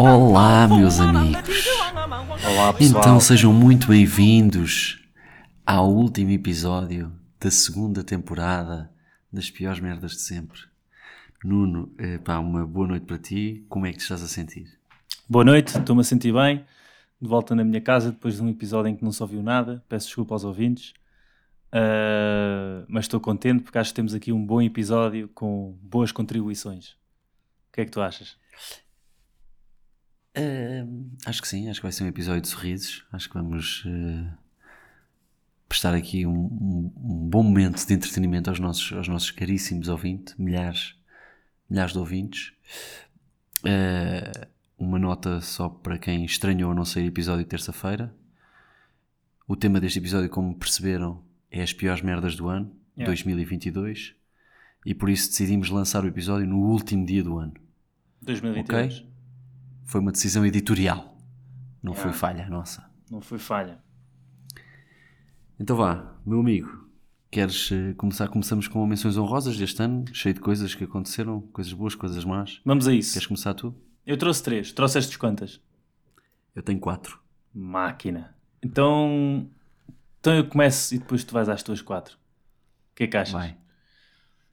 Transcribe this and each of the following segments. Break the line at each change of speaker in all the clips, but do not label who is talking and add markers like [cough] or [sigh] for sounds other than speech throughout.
Olá, meus amigos.
Olá,
Então sejam muito bem-vindos ao último episódio da segunda temporada das piores merdas de sempre. Nuno, eh, pá, uma boa noite para ti. Como é que te estás a sentir?
Boa noite, estou-me a sentir bem. De volta na minha casa depois de um episódio em que não se ouviu nada. Peço desculpa aos ouvintes. Ah, mas estou contente porque acho que temos aqui um bom episódio com boas contribuições. O que é que tu achas?
Acho que sim, acho que vai ser um episódio de sorrisos. Acho que vamos eh, prestar aqui um, um- um bom momento de entretenimento aos nossos, aos nossos caríssimos ouvintes, milhares, milhares de ouvintes. Eh, uma nota só para quem estranhou não sair episódio de terça-feira. O tema deste episódio, como perceberam, é as piores merdas do ano,
Yeah.
2022. E por isso decidimos lançar o episódio no último dia do ano
2022.
foi uma decisão editorial. Não foi falha nossa.
Não foi falha.
Então vá, meu amigo, queres eh, começar? Começamos com menções honrosas deste ano, cheio de coisas que aconteceram, coisas boas, coisas más.
Vamos a isso.
Queres começar tu?
Eu trouxe três. Trouxeste quantas?
Eu tenho quatro.
Máquina. Então, então eu começo e depois tu vais às tuas quatro. O que é que achas?
Vai.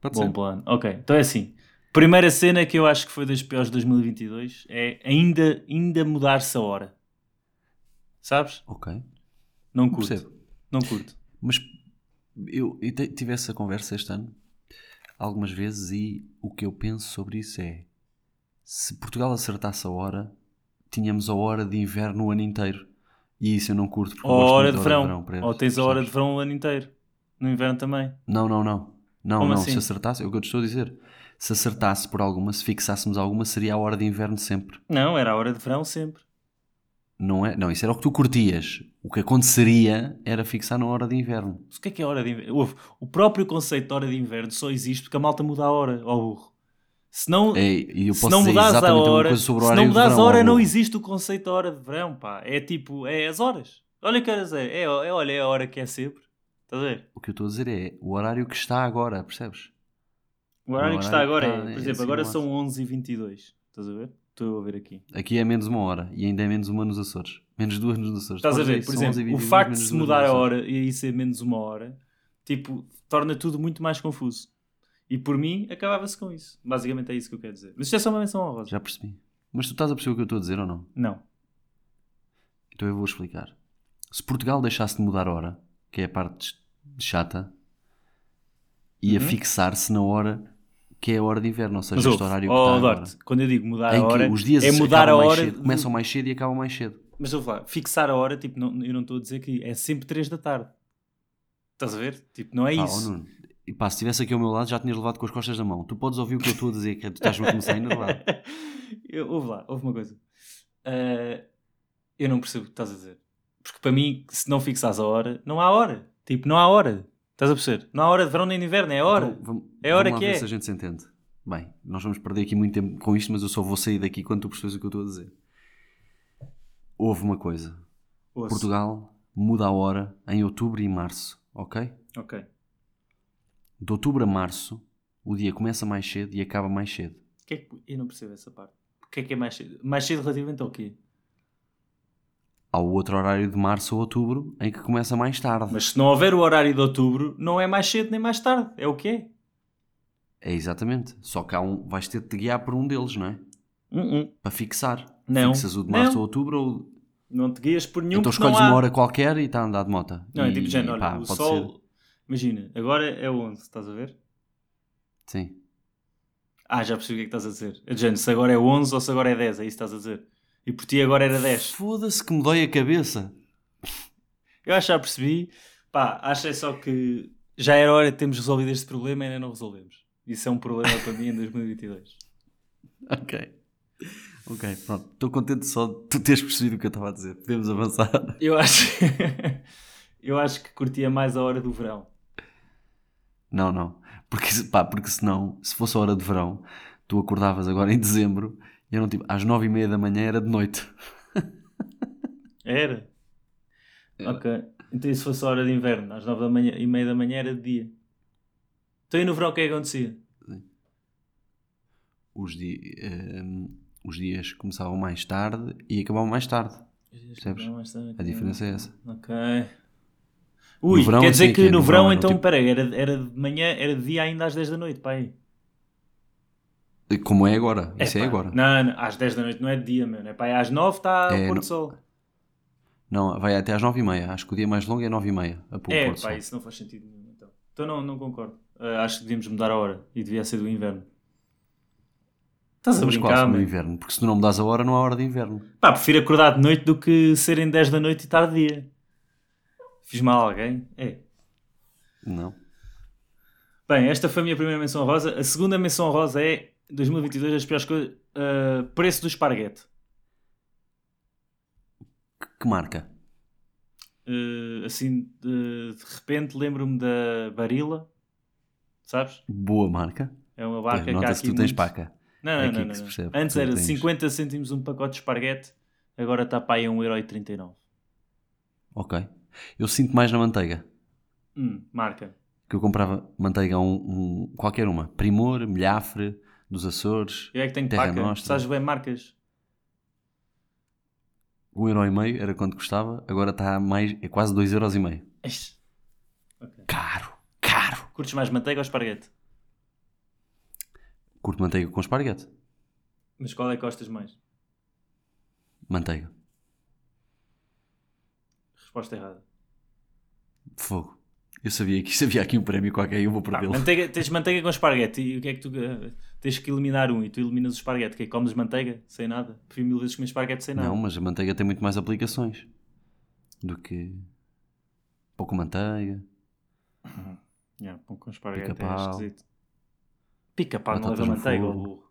Pode
Bom plano. Ok, então é assim. Primeira cena que eu acho que foi das piores de 2022 é ainda, ainda mudar-se a hora. Sabes?
Ok,
Não curto.
percebo.
Não curto.
Mas eu, eu te- tive essa conversa este ano algumas vezes e o que eu penso sobre isso é se Portugal acertasse a hora, tínhamos a hora de inverno o ano inteiro. E isso eu não curto porque
Ou
eu
a
gosto
hora de
muito da
verão.
para
Ou
eles,
tens a hora
percebes?
de verão o ano inteiro. No inverno também.
Não, não, não. Não,
Como
não.
assim?
Se acertasse, é o que eu te estou a dizer. Se acertasse por alguma, se fixássemos alguma, seria a hora de inverno sempre.
Não, era a hora de verão sempre.
Não é? Não, isso era o que tu curtias. O que aconteceria era fixar na hora de inverno.
Mas o que é que é hora de inverno? Ouve, o próprio conceito de hora de inverno só existe porque a malta muda a hora ao burro. Se não,
É, e eu
se
posso
não
dizer
mudares a
exatamente a mesma
hora,
coisa sobre o
se não
horário de
mudares a
verão,
hora, não
Hugo.
existe o conceito de hora de verão, pá. É tipo, é as horas. Olha que horas é. É, é olha, é a hora que é sempre. Estás a ver?
O que eu estou a dizer é o horário que está agora, percebes?
O horário
O
que está agora
horário que
é,
está,
por
é
exemplo,
assim,
agora
eu
são
acho.
11h22. Estás a ver? Estou a ver aqui.
Aqui é menos uma hora e ainda é menos uma nos Açores. Menos duas nos Açores.
Estás a
Podes
ver?
dizer,
Por
são
exemplo,
11h22,
o facto de
menos
se
duas nos
mudar a
Açores.
hora e aí ser menos uma hora, tipo, torna tudo muito mais confuso. E por mim, acabava-se com isso. Basicamente é isso que eu quero dizer. Mas isto é só uma menção honrosa.
Já percebi. Mas tu estás a perceber o que eu estou a dizer ou não?
Não.
Então eu vou explicar. Se Portugal deixasse de mudar a hora, que é a parte ch- chata, ia
Uhum.
fixar-se na hora que é a hora de inverno, ou seja,
Mas
este
ouve,
horário que
oh,
está agora.
Duarte, quando eu digo mudar
Em
a
que
hora,
os dias
é mudar a
acabam mais
hora.
cedo,
de- um-
começam mais cedo e acabam mais cedo.
Mas eu vou lá, fixar a hora, tipo, não, eu não estou a dizer que é sempre 3 da tarde. Estás a ver? Tipo, não é
Pá, ó,
isso.
Nuno, e pá, se estivesse aqui ao meu lado já tinhas levado com as costas na mão. Tu podes ouvir o que eu estou a dizer, que é- tu estás-me a começar a enervar.
[laughs] eu, ouve lá, ouve uma coisa. Ah, eu não percebo o que estás a dizer. Porque para mim, se não fixas a hora, não há hora. Tipo, não há hora. Estás a perceber? Não há hora de verão nem de inverno, é hora.
Então, vamos,
É hora
vamos lá
que
ver
é.
se a gente se entende. Bem, nós vamos perder aqui muito tempo com isto, mas eu só vou sair daqui quando tu percebes o que eu estou a dizer. Houve uma coisa.
Ouço.
Portugal muda a hora em outubro e março, ok?
Ok.
De outubro a março, o dia começa mais cedo e acaba mais cedo.
O que é que- Eu não percebo essa parte. O que é que é mais cedo? Mais cedo relativamente ao quê?
Há o outro horário de março ou outubro em que começa mais tarde.
Mas se não houver o horário de outubro, não é mais cedo nem mais tarde. É o que é.
É exatamente. Só que há um, vais ter de te guiar por um deles, não é?
Hum, hum.
Para fixar.
Não.
Fixas o de março
Não.
ou outubro ou.
Não te guias por nenhum
então
porque não
escolhes
há-
uma hora qualquer e está a andar de moto.
Não,
e,
é tipo, gente,
e
olha,
pá,
o
pode
sol... Imagina, agora é 11, estás a ver?
Ser. Sim.
Ah, já percebi o que é que estás a dizer. É de género, se agora é 11 ou se agora é 10, é isso que estás a dizer. E por ti agora era 10.
Foda-se que me dói a cabeça.
Eu acho que já percebi. Pá, achei só que já era hora de termos resolvido este problema e ainda não resolvemos. Isso é um problema para mim em
[laughs]
2022.
Ok. Ok, pronto. Estou contente só de tu teres percebido o que eu estava a dizer. Podemos avançar.
Eu acho... [laughs] Eu acho que curtia mais a hora do verão.
Não, não. Porque, se- pá, porque senão, se fosse a hora de verão, tu acordavas agora em dezembro e eram tipo às nove e meia da manhã era de noite.
Era?
Era.
Ok. Então e se fosse a hora de inverno? Às 9 da manhã e meia da manhã era de dia. Então e no verão o que é que acontecia?
Os, di- ehm, os dias começavam mais tarde e acabavam mais tarde. Percebes? A diferença é essa.
Ok. Ui,
verão,
quer dizer
sim,
que
que é,
no,
no
verão,
verão era
então,
tipo-
peraí, era, era de manhã, era de dia ainda às 10 da noite, pai.
E Como é agora. Isso é,
Epá,
agora. Não.
Não, não, às 10 da noite não é de dia, meu, né? Pai, às 9 está
É,
o pôr
não-
do sol.
vai até às nove e meia. Acho que o dia mais longo é nove e meia. A pôr o
É,
pôr do
pá,
sol.
isso não faz sentido nenhum, então. Então não, não concordo. Ah, acho que devíamos mudar a hora e devia ser do inverno. Estás a
Mas quase
brincar,
no
meu.
inverno. Porque se tu não mudas a hora, não há hora de inverno.
Pá, prefiro acordar de noite do que serem 10 da noite e estar de dia. Fiz mal a alguém? É.
Não.
Bem, esta foi a minha primeira menção rosa. A segunda menção rosa é 2022 das piores coisas. ah, preço do esparguete.
Que marca?
Ah, assim, de- de repente lembro-me da Barilla, sabes?
Boa marca.
É uma barca que há
Nota-se
aqui
que tu tens
muito-
paca.
Não,
É
não,
aqui
não,
que
não,
se
não.
percebe que
Antes
tu
era
tens.
50 cêntimos um pacote de esparguete, agora está para aí 1,39€.
Ok. Eu sinto mais na manteiga.
Hum, marca.
Que eu comprava manteiga a um, um- qualquer uma. Primor, Milhafre, dos Açores.
Eu é que tenho
Terra
paca.
Nostra.
Sabes bem marcas?
Um euro e meio era quanto custava. Agora está a mais... É quase dois euros e meio.
Ixi. Ok.
Caro. Caro.
Curtes mais manteiga ou esparguete?
Curto manteiga com esparguete.
Mas qual é que gostas mais?
Manteiga.
Resposta errada.
Fogo. Eu sabia que [laughs] havia aqui um prémio qualquer e eu vou
Pá,
perdê-lo.
Tá, manteiga, tens manteiga com esparguete e o que é que tu. eh, tens que eliminar um e tu eliminas o esparguete. O que é que comes manteiga? Sem nada? Prefiro mil vezes comer esparguete sem nada.
Não, mas a manteiga tem muito mais aplicações do que pouco manteiga.
Yeah, pão com esparguete é
Pica-pau.
esquisito. Pica-pau não
Batatas
leva
no
manteiga, ó
fogo.
burro.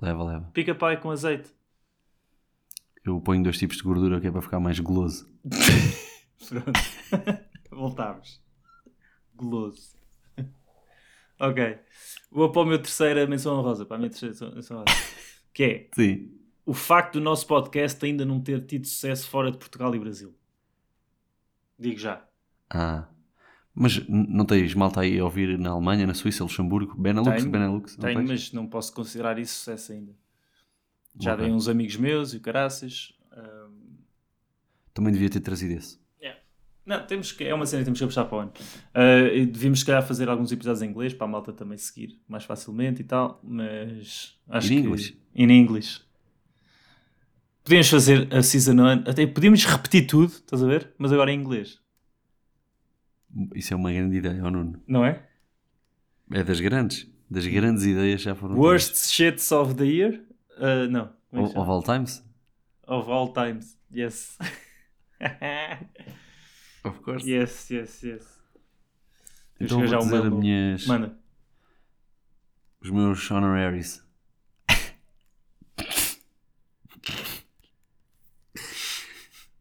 Leva, leva.
Pica-pau é com azeite. [laughs]
Eu ponho dois tipos de gordura que é para ficar mais goloso.
Pronto. Voltámos. Goloso. [laughs] ok. Vou para a minha terceira menção honrosa. Para a minha terceira menção honrosa. que é
Sim.
o facto do nosso podcast ainda não ter tido sucesso fora de Portugal e Brasil. Digo já.
Ah. Mas n- não tens malta aí a ouvir na Alemanha, na Suíça, Luxemburgo, Benelux,
Tenho,
Benelux? não
Tenho,
tens?
mas não posso considerar isso sucesso ainda. Já
Ok.
dei uns amigos meus e o caraças. Ah,
Também devia ter trazido esse.
não, temos que, é uma cena que temos que puxar para o ano.
Uhum.
Ah, e devíamos, se calhar, fazer alguns episódios em inglês para a malta também seguir mais facilmente e tal, mas acho
In
que.
English.
In English. Podíamos fazer a season 1, até podíamos repetir tudo, estás a ver? Mas agora em inglês,
Isso é uma grande ideia, ó Nuno.
não é?
É das grandes. Das grandes ideias já foram.
Worst shits of the year? Uh, não. Como é que
Of,
chama?
of all times?
Of all times.
[laughs]
Yes. [laughs]
Of course.
yes, yes, yes.
Então
Chega
vou
é já o
dizer
meu-
a minhas,
Manda.
os meus honoraries.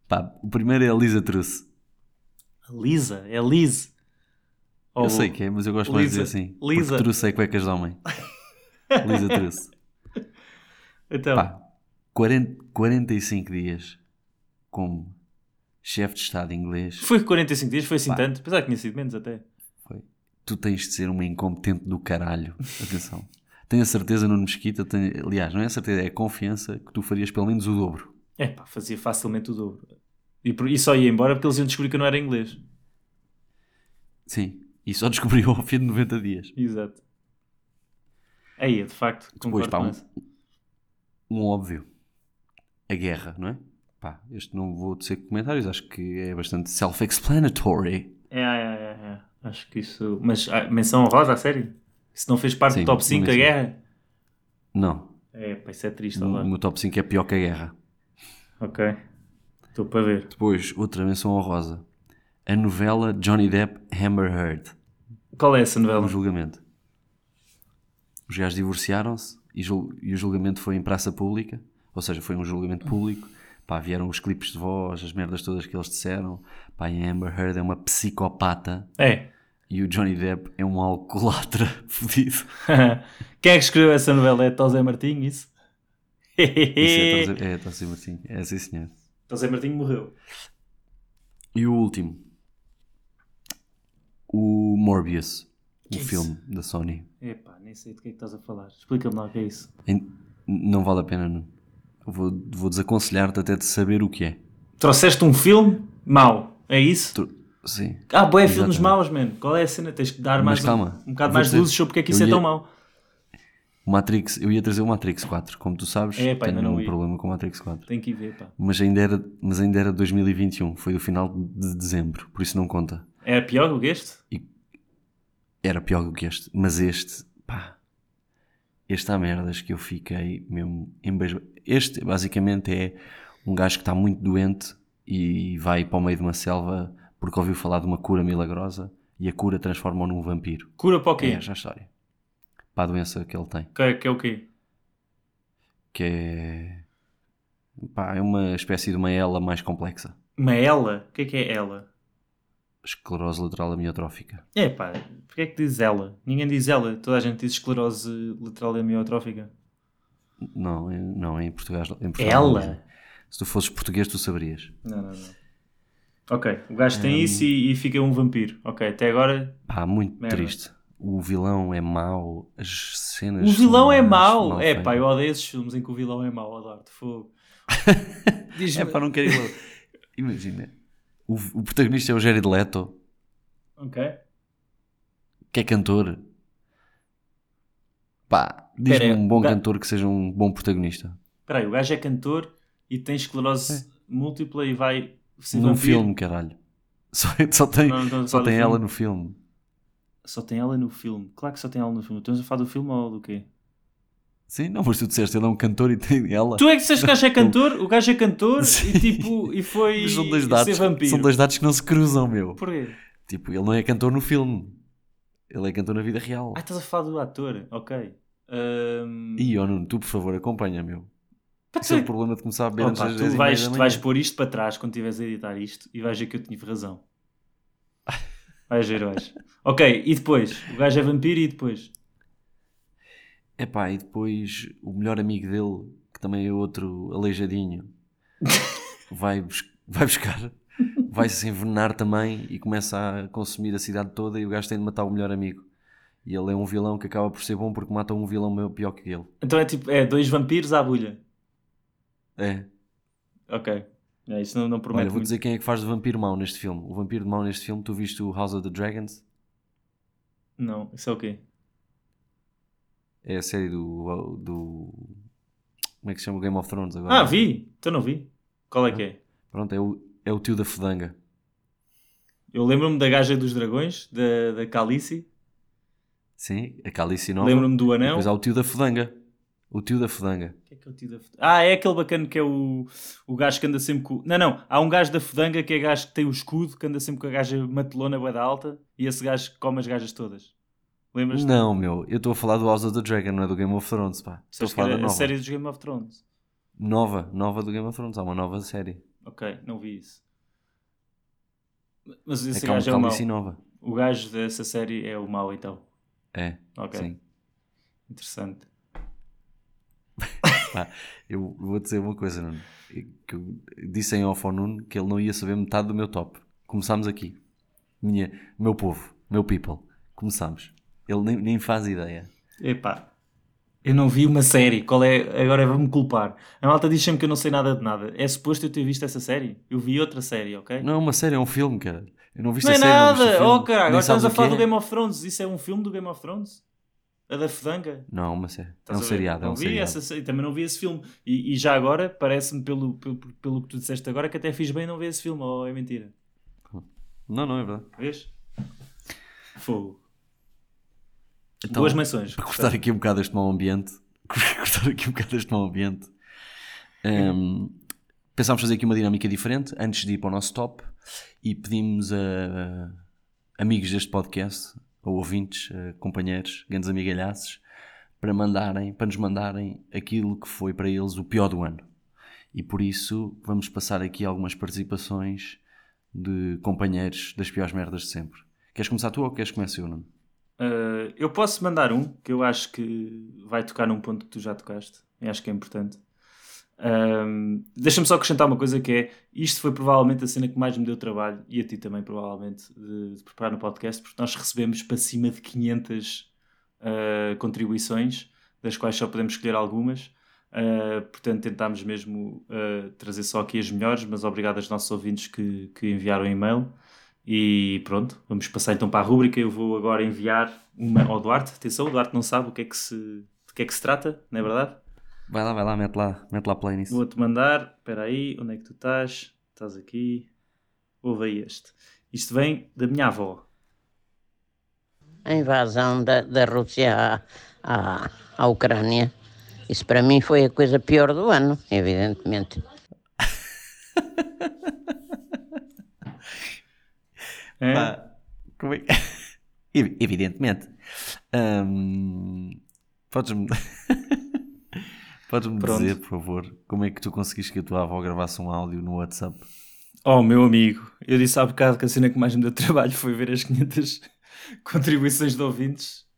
Pá, o primeiro é a Lisa Truss.
Lisa. É Liz.
Eu sei que é, mas eu gosto mais de dizer
Oh, Lisa-
assim.
Lisa.
Porque Truss é cuecas
[laughs]
de homem. Lisa Truss.
Então,
é. Pá, 40, 45 dias como chefe de Estado inglês,
foi 45 dias, foi assim tanto. Apesar que tinha sido menos até.
tu tens de ser uma incompetente do caralho. Atenção. Tenho a certeza, Nuno Mesquita, tenho- aliás, não é a certeza, é a confiança que tu farias pelo menos o dobro.
É pá, fazia facilmente o dobro. E, por- e só ia embora porque eles iam descobrir que eu não era inglês.
Sim. E só descobriu ao fim de 90 dias.
Exato. Aí, de facto,
Depois,
concordo
pá,
com
um-
essa.
um óbvio. A guerra, não é? Pá, este não vou dizer comentários, acho que é bastante self-explanatory.
É, é, é, é. Acho que isso. Mas ah, menção honrosa, a sério? Isso não fez parte
Sim,
do top 5 da
menção.
guerra?
Não,
É, pá, isso é triste,
o
olha lá.
meu top 5 é pior que a guerra.
Ok. Estou para ver.
Depois, outra menção honrosa. A novela Johnny Depp Amber Heard,
Qual é essa novela?
o julgamento. Os gajos divorciaram-se e, jul- e o julgamento foi em praça pública, ou seja, foi um julgamento público. Pá, vieram os clipes de voz, as merdas todas que eles disseram. Pá, e a Amber Heard é uma psicopata
É.
e o Johnny Depp é um alcoólatra [laughs] fodido.
[laughs] Quem é que escreveu essa novela? É Tosé Martinho, isso? [laughs]
Isso é, tá a- é, tá a ser assim. É, sim, senhor.
Tosé Martinho morreu.
E o último. O Morbius.
Que é
Um
isso?
filme da Sony.
Epá, nem sei do que é que estás a falar. Explica-me lá o que é isso.
Em- Não vale a pena. Não. Vou, vou desaconselhar-te até de saber o que é.
Trouxeste um filme mau, é isso?
Tu- Sim.
Ah, boé,
Exatamente.
filmes maus, mano. Qual é a cena? Tens que dar
Mas
mais
calma,
um, um bocado
vou
mais de
dizer-
luzes sobre porque é que
eu
isso é
ia-
tão mau.
O Matrix. Eu ia trazer o Matrix 4. Como tu sabes,
É, pá, ainda
tenho
não
um
vi.
problema com o Matrix 4.
Tenho que ir ver, pá.
Mas ainda, era, mas ainda era 2021. Foi do final de dezembro. Por isso não conta.
É pior do que este?
Era pior do que este. Mas este, pá. Este há merdas que eu fiquei mesmo embasbado. Este basicamente é um gajo que está muito doente e vai para o meio de uma selva porque ouviu falar de uma cura milagrosa e a cura transforma-o num vampiro.
Cura para o quê?
É essa a história. Para a doença que ele tem.
Que, é- que é o quê?
Que é. Pá, é uma espécie de uma ela mais complexa.
Uma ela? O que é que é ela?
Esclerose lateral amiotrófica.
É pá, porque é que diz ela? Ninguém diz ela. Toda a gente diz esclerose lateral amiotrófica.
Não, é- não, é em português. Em português não dizem.
Ela?
Se tu fosses português, tu saberias.
Não, não, não. Ok, o gajo tem isso e, e fica um vampiro. Ok, até agora.
Pá, muito
Merda.
triste. O vilão é mau, as cenas.
O vilão
são
é
más,
mau!
mal
É
feitas.
pá, eu odeio esses filmes em que o vilão é mau, adoro, de
[laughs]
fogo.
É pá, não quero ir lá.
[laughs]
Imagina, o, o protagonista é o Jared Leto,
Ok.
que é cantor. Pá, diz-me
Pera,
um bom
dá-
cantor que seja um bom protagonista.
Peraí, o gajo é cantor e tem esclerose múltipla e vai ser
É. Num
vampiro.
filme, caralho. [laughs] Só, só tem,
Não, não, não
só
fala
tem
do
ela
filme.
no filme.
Só tem ela no filme. Claro que só tem ela no filme. Estamos a falar do filme ou do quê?
Sim, não, mas tu disseste, ele é um cantor e tem ela.
Tu é que disseste que o
[laughs]
gajo é cantor, o gajo é cantor
Sim.
e tipo, e foi
Mas são dois
e
dados,
ser vampiro.
são dois dados que não se cruzam, meu.
Porquê?
Tipo, ele não é cantor no filme. Ele é cantor na vida real.
Ah, estás a falar do ator, ok. Ahm,
E ó Nuno, tu por favor acompanha, meu.
pá,
Isso é o
tu,
problema de começar a beber
Opa,
antes das
tu
10 e
vais,
meia da
tu vais
manhã.
pôr isto para trás quando estiveres a editar isto e vais ver que eu tive
[laughs]
razão. Vais ver, vais. ok, e depois? O gajo é vampiro e depois?
Epá, e depois o melhor amigo dele, que também é
[laughs]
outro aleijadinho, vai, bus- vai buscar, vai se envenenar também e começa a consumir a cidade toda e o gajo tem de matar o melhor amigo. E ele é um vilão que acaba por ser bom porque mata um vilão meu pior que ele.
Então é tipo, é dois vampiros à bulha.
É.
Ok. É, isso não, não promete
Olha, vou
muito.
dizer quem é que faz de vampiro mau neste filme. O vampiro mau neste filme, tu viste o House of the Dragons?
Não, isso é o quê?
É a série do. do... Como é que se chama? Game of Thrones agora?
Ah, vi! Então não vi. Qual é que é?
Pronto, é o, é o tio da fedanga.
Eu lembro-me da gaja dos dragões, da, da Calice.
Sim, a Calice Nova.
Lembro-me do
E
anão.
Depois há o tio da Fedanga. O tio da Fedanga.
O que é que é o tio da fedanga? Ah, é aquele bacana que é o, o gajo que anda sempre com. Não, não. Há um gajo da fedanga que é gajo que tem o escudo, que anda sempre com a gaja matelona bué da alta. E esse gajo come as gajas todas. Lembras-te?
Não, meu, eu estou a falar do House of the Dragon, não é do Game of Thrones, pá. Estou a
Sabes que
falar da
era a
nova.
série dos Game of Thrones.
Nova, nova do Game of Thrones, há uma nova série.
Ok, não vi isso. Mas
É
esse
que há uma
gajo é o mau.
Calice Nova.
O gajo dessa série é o mau, então.
É,
Ok.
sim.
Interessante.
Eu vou dizer uma coisa, Nuno. Que eu disse em off ao Nuno que ele não ia saber metade do meu top. Começámos aqui. Minha, meu povo, meu people. Começámos. Ele nem, nem faz ideia.
Epá, eu não vi uma série. Qual é? Agora vou-me culpar. A malta diz sempre que eu não sei nada de nada. É suposto eu ter visto essa série? Eu vi outra série, ok? Não,
Não é uma série, é um filme, cara. Eu não vi
é
a série, não viste o
nada!
filme,
Oh, cara,
nem
agora estamos
sabes
a
o que
falar do
é.
Game of Thrones. Isso é um filme do Game of Thrones? A da Fedanga?
Não, mas é. É
Estás
um
a ver?
seriado, é
Não
um
vi
seriado.
essa se- também não vi esse filme. E, e já agora, parece-me, pelo, pelo, pelo que tu disseste agora, que até fiz bem não ver esse filme. Oh, é mentira.
Não, não, é verdade.
Vês? Fogo.
Então,
Duas menções.
Para cortar aqui um bocado este mau ambiente, [laughs] cortar aqui um bocado este mau ambiente, hum, pensámos fazer aqui uma dinâmica diferente antes de ir para o nosso top e pedimos a, a amigos deste podcast, a ouvintes, a companheiros, grandes amigalhaços, para mandarem, para nos mandarem aquilo que foi para eles o pior do ano. E por isso vamos passar aqui algumas participações de companheiros das piores merdas de sempre. Queres começar tu ou queres que comece eu, Nuno?
Uh, eu posso mandar um que eu acho que vai tocar num ponto que tu já tocaste. Eu acho que é importante. Um, Deixa-me só acrescentar uma coisa que é isto foi provavelmente a cena que mais me deu trabalho e a ti também provavelmente de, de preparar no podcast porque nós recebemos para cima de 500 uh, contribuições das quais só podemos escolher algumas Uh, portanto tentámos mesmo uh, trazer só aqui as melhores mas obrigado aos nossos ouvintes que, que enviaram e-mail e pronto, vamos passar então para a rúbrica. Eu vou agora enviar uma ao Duarte. Atenção, o Duarte não sabe o que é que se, de que é que se trata, não é verdade?
Vai lá, vai lá, mete lá, mete lá play nisso.
Vou-te mandar. Espera aí, onde é que tu estás? Estás aqui. Ouve aí este. Isto vem da minha avó.
a invasão da, da Rússia à, à, à Ucrânia. Isso para mim foi a coisa pior do ano, evidentemente.
É?
Pá, como é que- [laughs] Ev- Evidentemente. Ahm, Podes-me [laughs] Podes-me
Pronto.
dizer, por favor, como é que tu conseguiste que a tua avó gravasse um áudio no WhatsApp?
Oh, meu amigo, eu disse há bocado que a cena que mais me deu [laughs] trabalho foi ver as 500 [laughs] contribuições de ouvintes.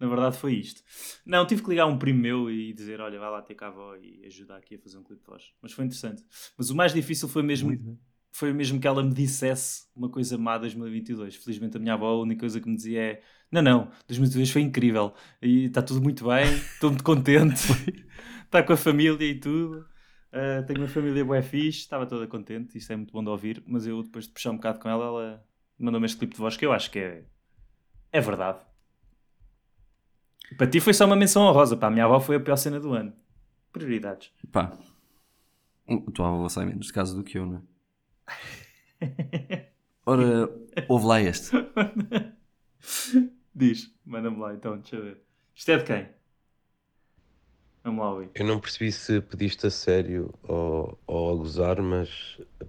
Na verdade, foi isto. Não, tive que ligar a um primo meu e dizer: Olha, vai lá ter cá a avó e ajuda aqui a fazer um clipe de voz. Mas foi interessante. Mas o mais difícil foi mesmo, foi mesmo que ela me dissesse uma coisa má de 2022. Felizmente, a minha avó, a única coisa que me dizia é: Não, não, 2022 foi incrível e está tudo muito bem, estou muito contente, está com a família e tudo. Uh, tenho uma família bué fixe, estava toda contente, isto é muito bom de ouvir, mas eu depois de puxar um bocado com ela, ela mandou-me este clipe de voz que eu acho que é, é verdade. Para ti foi só uma menção honrosa, para a minha avó foi a pior cena do ano. Prioridades.
Pá, a tua avó sai menos de casa do que eu, não é? [laughs] Ora, ouve lá este. [laughs]
Diz, manda-me lá então, deixa eu ver. Isto é de quem? Vamos lá ouvir.
Eu não percebi se pediste a sério ou, ou a gozar, mas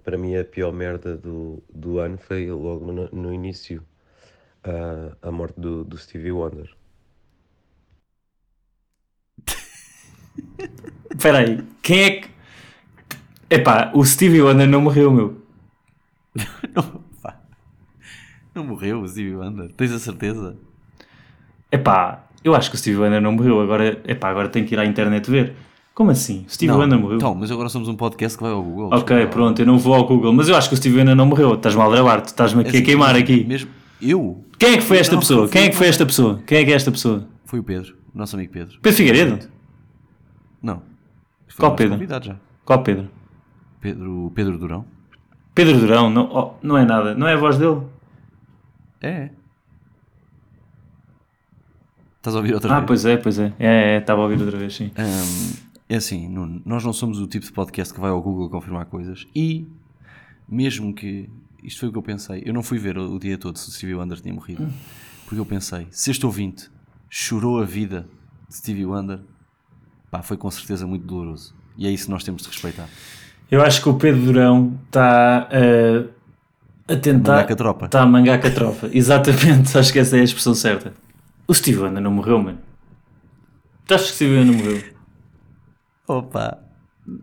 para mim a pior merda do, do ano foi logo no, no início, ah, a morte do, do Stevie Wonder.
Espera aí, quem é que... Epá, o Stevie Wonder não morreu, meu.
Não, pá. Não morreu o Stevie Wonder, tens a certeza?
Epá, eu acho que o Stevie Wonder não morreu. Agora, epá, agora tenho que ir à internet ver. Como assim? O Stevie
não,
Wonder morreu?
Então, mas agora somos um podcast que vai ao Google.
ok, pronto, eu não vou ao Google, mas eu acho que o Stevie Wonder não morreu. Estás-me a gravar, tu estás-me aqui a
assim,
é
[laughs]
queimar aqui.
Mesmo eu?
Quem é que foi esta
Não,
pessoa?
não,
Quem é que foi
não.
esta pessoa? Quem é que é esta pessoa?
Foi o Pedro, o nosso amigo Pedro.
Pedro Figueiredo?
Não. Foi
Qual
o nosso
Pedro?
convidado já.
Qual Pedro?
Pedro, Pedro Durão?
Pedro Durão, não, oh, não é nada, não é a voz dele?
É. Estás a ouvir outra
Ah,
vez?
pois é, pois é. É, é, estava a ouvir outra vez, sim.
Ahm, é assim, Nuno, nós não somos o tipo de podcast que vai ao Google confirmar coisas e mesmo que. Isto foi o que eu pensei. Eu não fui ver o, o dia todo se o Stevie Wonder tinha morrido. Porque eu pensei, se este ouvinte chorou a vida de Stevie Wonder, pá, foi com certeza muito doloroso. E é isso que nós temos de respeitar.
Eu acho que o Pedro Durão está eh, a tentar.
Mandar com a tropa.
Está a mangar com a tropa. [laughs] Exatamente, acho que essa é a expressão certa. O Steve Wonder não morreu, mano. Tu achas que o Steve Wonder morreu?
Opa,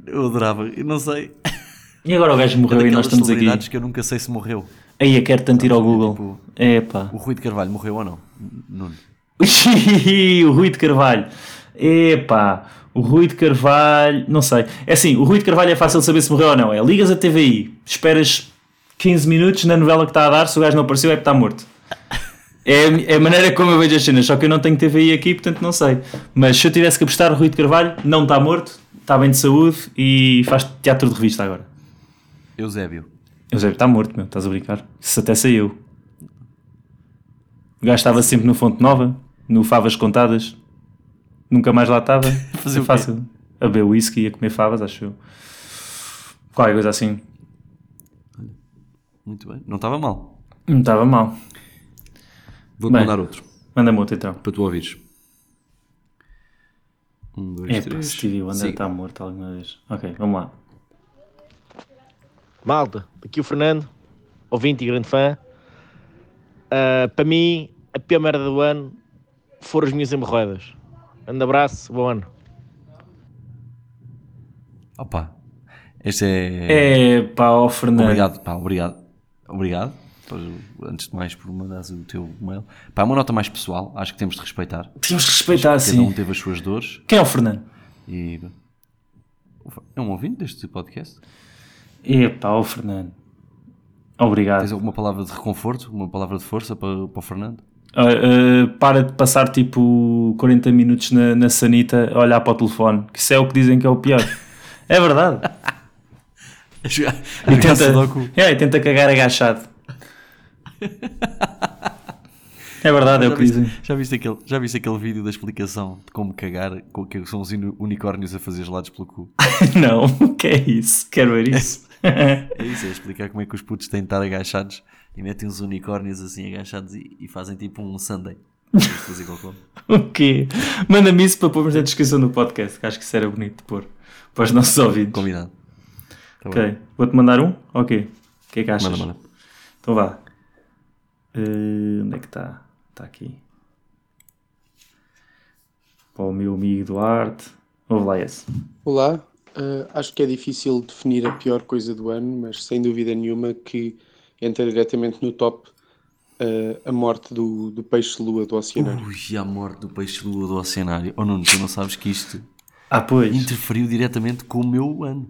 eu adorava, eu não sei.
E agora o gajo morreu e nós
Daquelas
estamos aqui.
celebridades que eu nunca sei se morreu.
Aí eu quero tanto ir ao
Sabes, é
Google. É pá.
O Rui de Carvalho morreu ou não? Nuno.
[laughs] o Rui de Carvalho. Epá, o Rui de Carvalho, não sei. É assim, o Rui de Carvalho é fácil de saber se morreu ou não. É ligas a TVI, esperas 15 minutos na novela que está a dar, se o gajo não apareceu é porque está morto. É, é a maneira como eu vejo as cenas, só que eu não tenho TVI aqui, portanto não sei. Mas se eu tivesse que apostar, o Rui de Carvalho não está morto, está bem de saúde e faz teatro de revista agora.
Eusébio.
Eusébio está "Tá morto, meu, estás a brincar? Isso até saiu. O gajo estava sempre no Fonte Nova, no Favas Contadas. Nunca mais lá estava.
[laughs] Fazer o
Foi
quê?
fácil. A beber whisky e a comer favas, acho eu. Qualquer coisa assim.
Muito bem. Não estava mal.
Não estava mal.
Vou-te
Bem.
mandar outro,
Manda-me outro então.
para tu ouvires. Um, dois,
Epá,
três.
Stevie Wonder
Siga.
está morto alguma vez. Ok, vamos lá.
Malta, aqui o Fernando, ouvinte e grande fã. Ah, para mim, a pior merda do ano foram as minhas hemorroidas. Grande abraço, bom ano.
Opa. Este é...
É pá, ó Fernando.
Obrigado, pá, obrigado. Obrigado. por- Antes de mais, por mandares o teu mail. Pá, é uma nota mais pessoal, acho que temos de respeitar.
Tínhamos que respeitar
Cada um
assim.
teve as suas dores
Quem é o Fernando?
e. É um ouvinte deste podcast?
É pá, ó Fernando. Obrigado.
Tens alguma palavra de reconforto? Uma palavra de força para, para o Fernando?
Ah, ah, para de passar tipo 40 minutos na, na sanita a olhar para o telefone, que isso é o que dizem que é o pior. É verdade. [laughs] E tenta, é, e tenta cagar [laughs] agachado. É verdade, é o
já,
que dizem.
viste, já, viste aquele, já viste aquele vídeo da explicação de como cagar, com o que são os uni- unicórnios a fazer gelados pelo cu?
[laughs] Não, o que é isso? Quero ver isso. [laughs]
É isso, é explicar como é que os putos têm de estar agachados e metem uns unicórnios assim agachados e, e fazem tipo um Sunday. Fazer cocô.
o quê? Manda-me isso para pormos na descrição do podcast, que acho que isso era bonito de pôr para os nossos ouvintes.
Combinado. Tá bom.
Ok, vou-te mandar um? Ok. O que é que achas?
Manda, manda.
Então vá. Eh, onde é que está? Está aqui. Para o meu amigo Duarte. Ouve lá esse.
Olá, ah, acho que é difícil definir a pior coisa do ano, mas sem dúvida nenhuma que entra diretamente no top ah, a morte do, do peixe-lua do oceanário.
Ui, a morte do peixe-lua do oceanário. Oh Nuno, tu não sabes que isto
Ah, pois.
interferiu diretamente com o meu ano.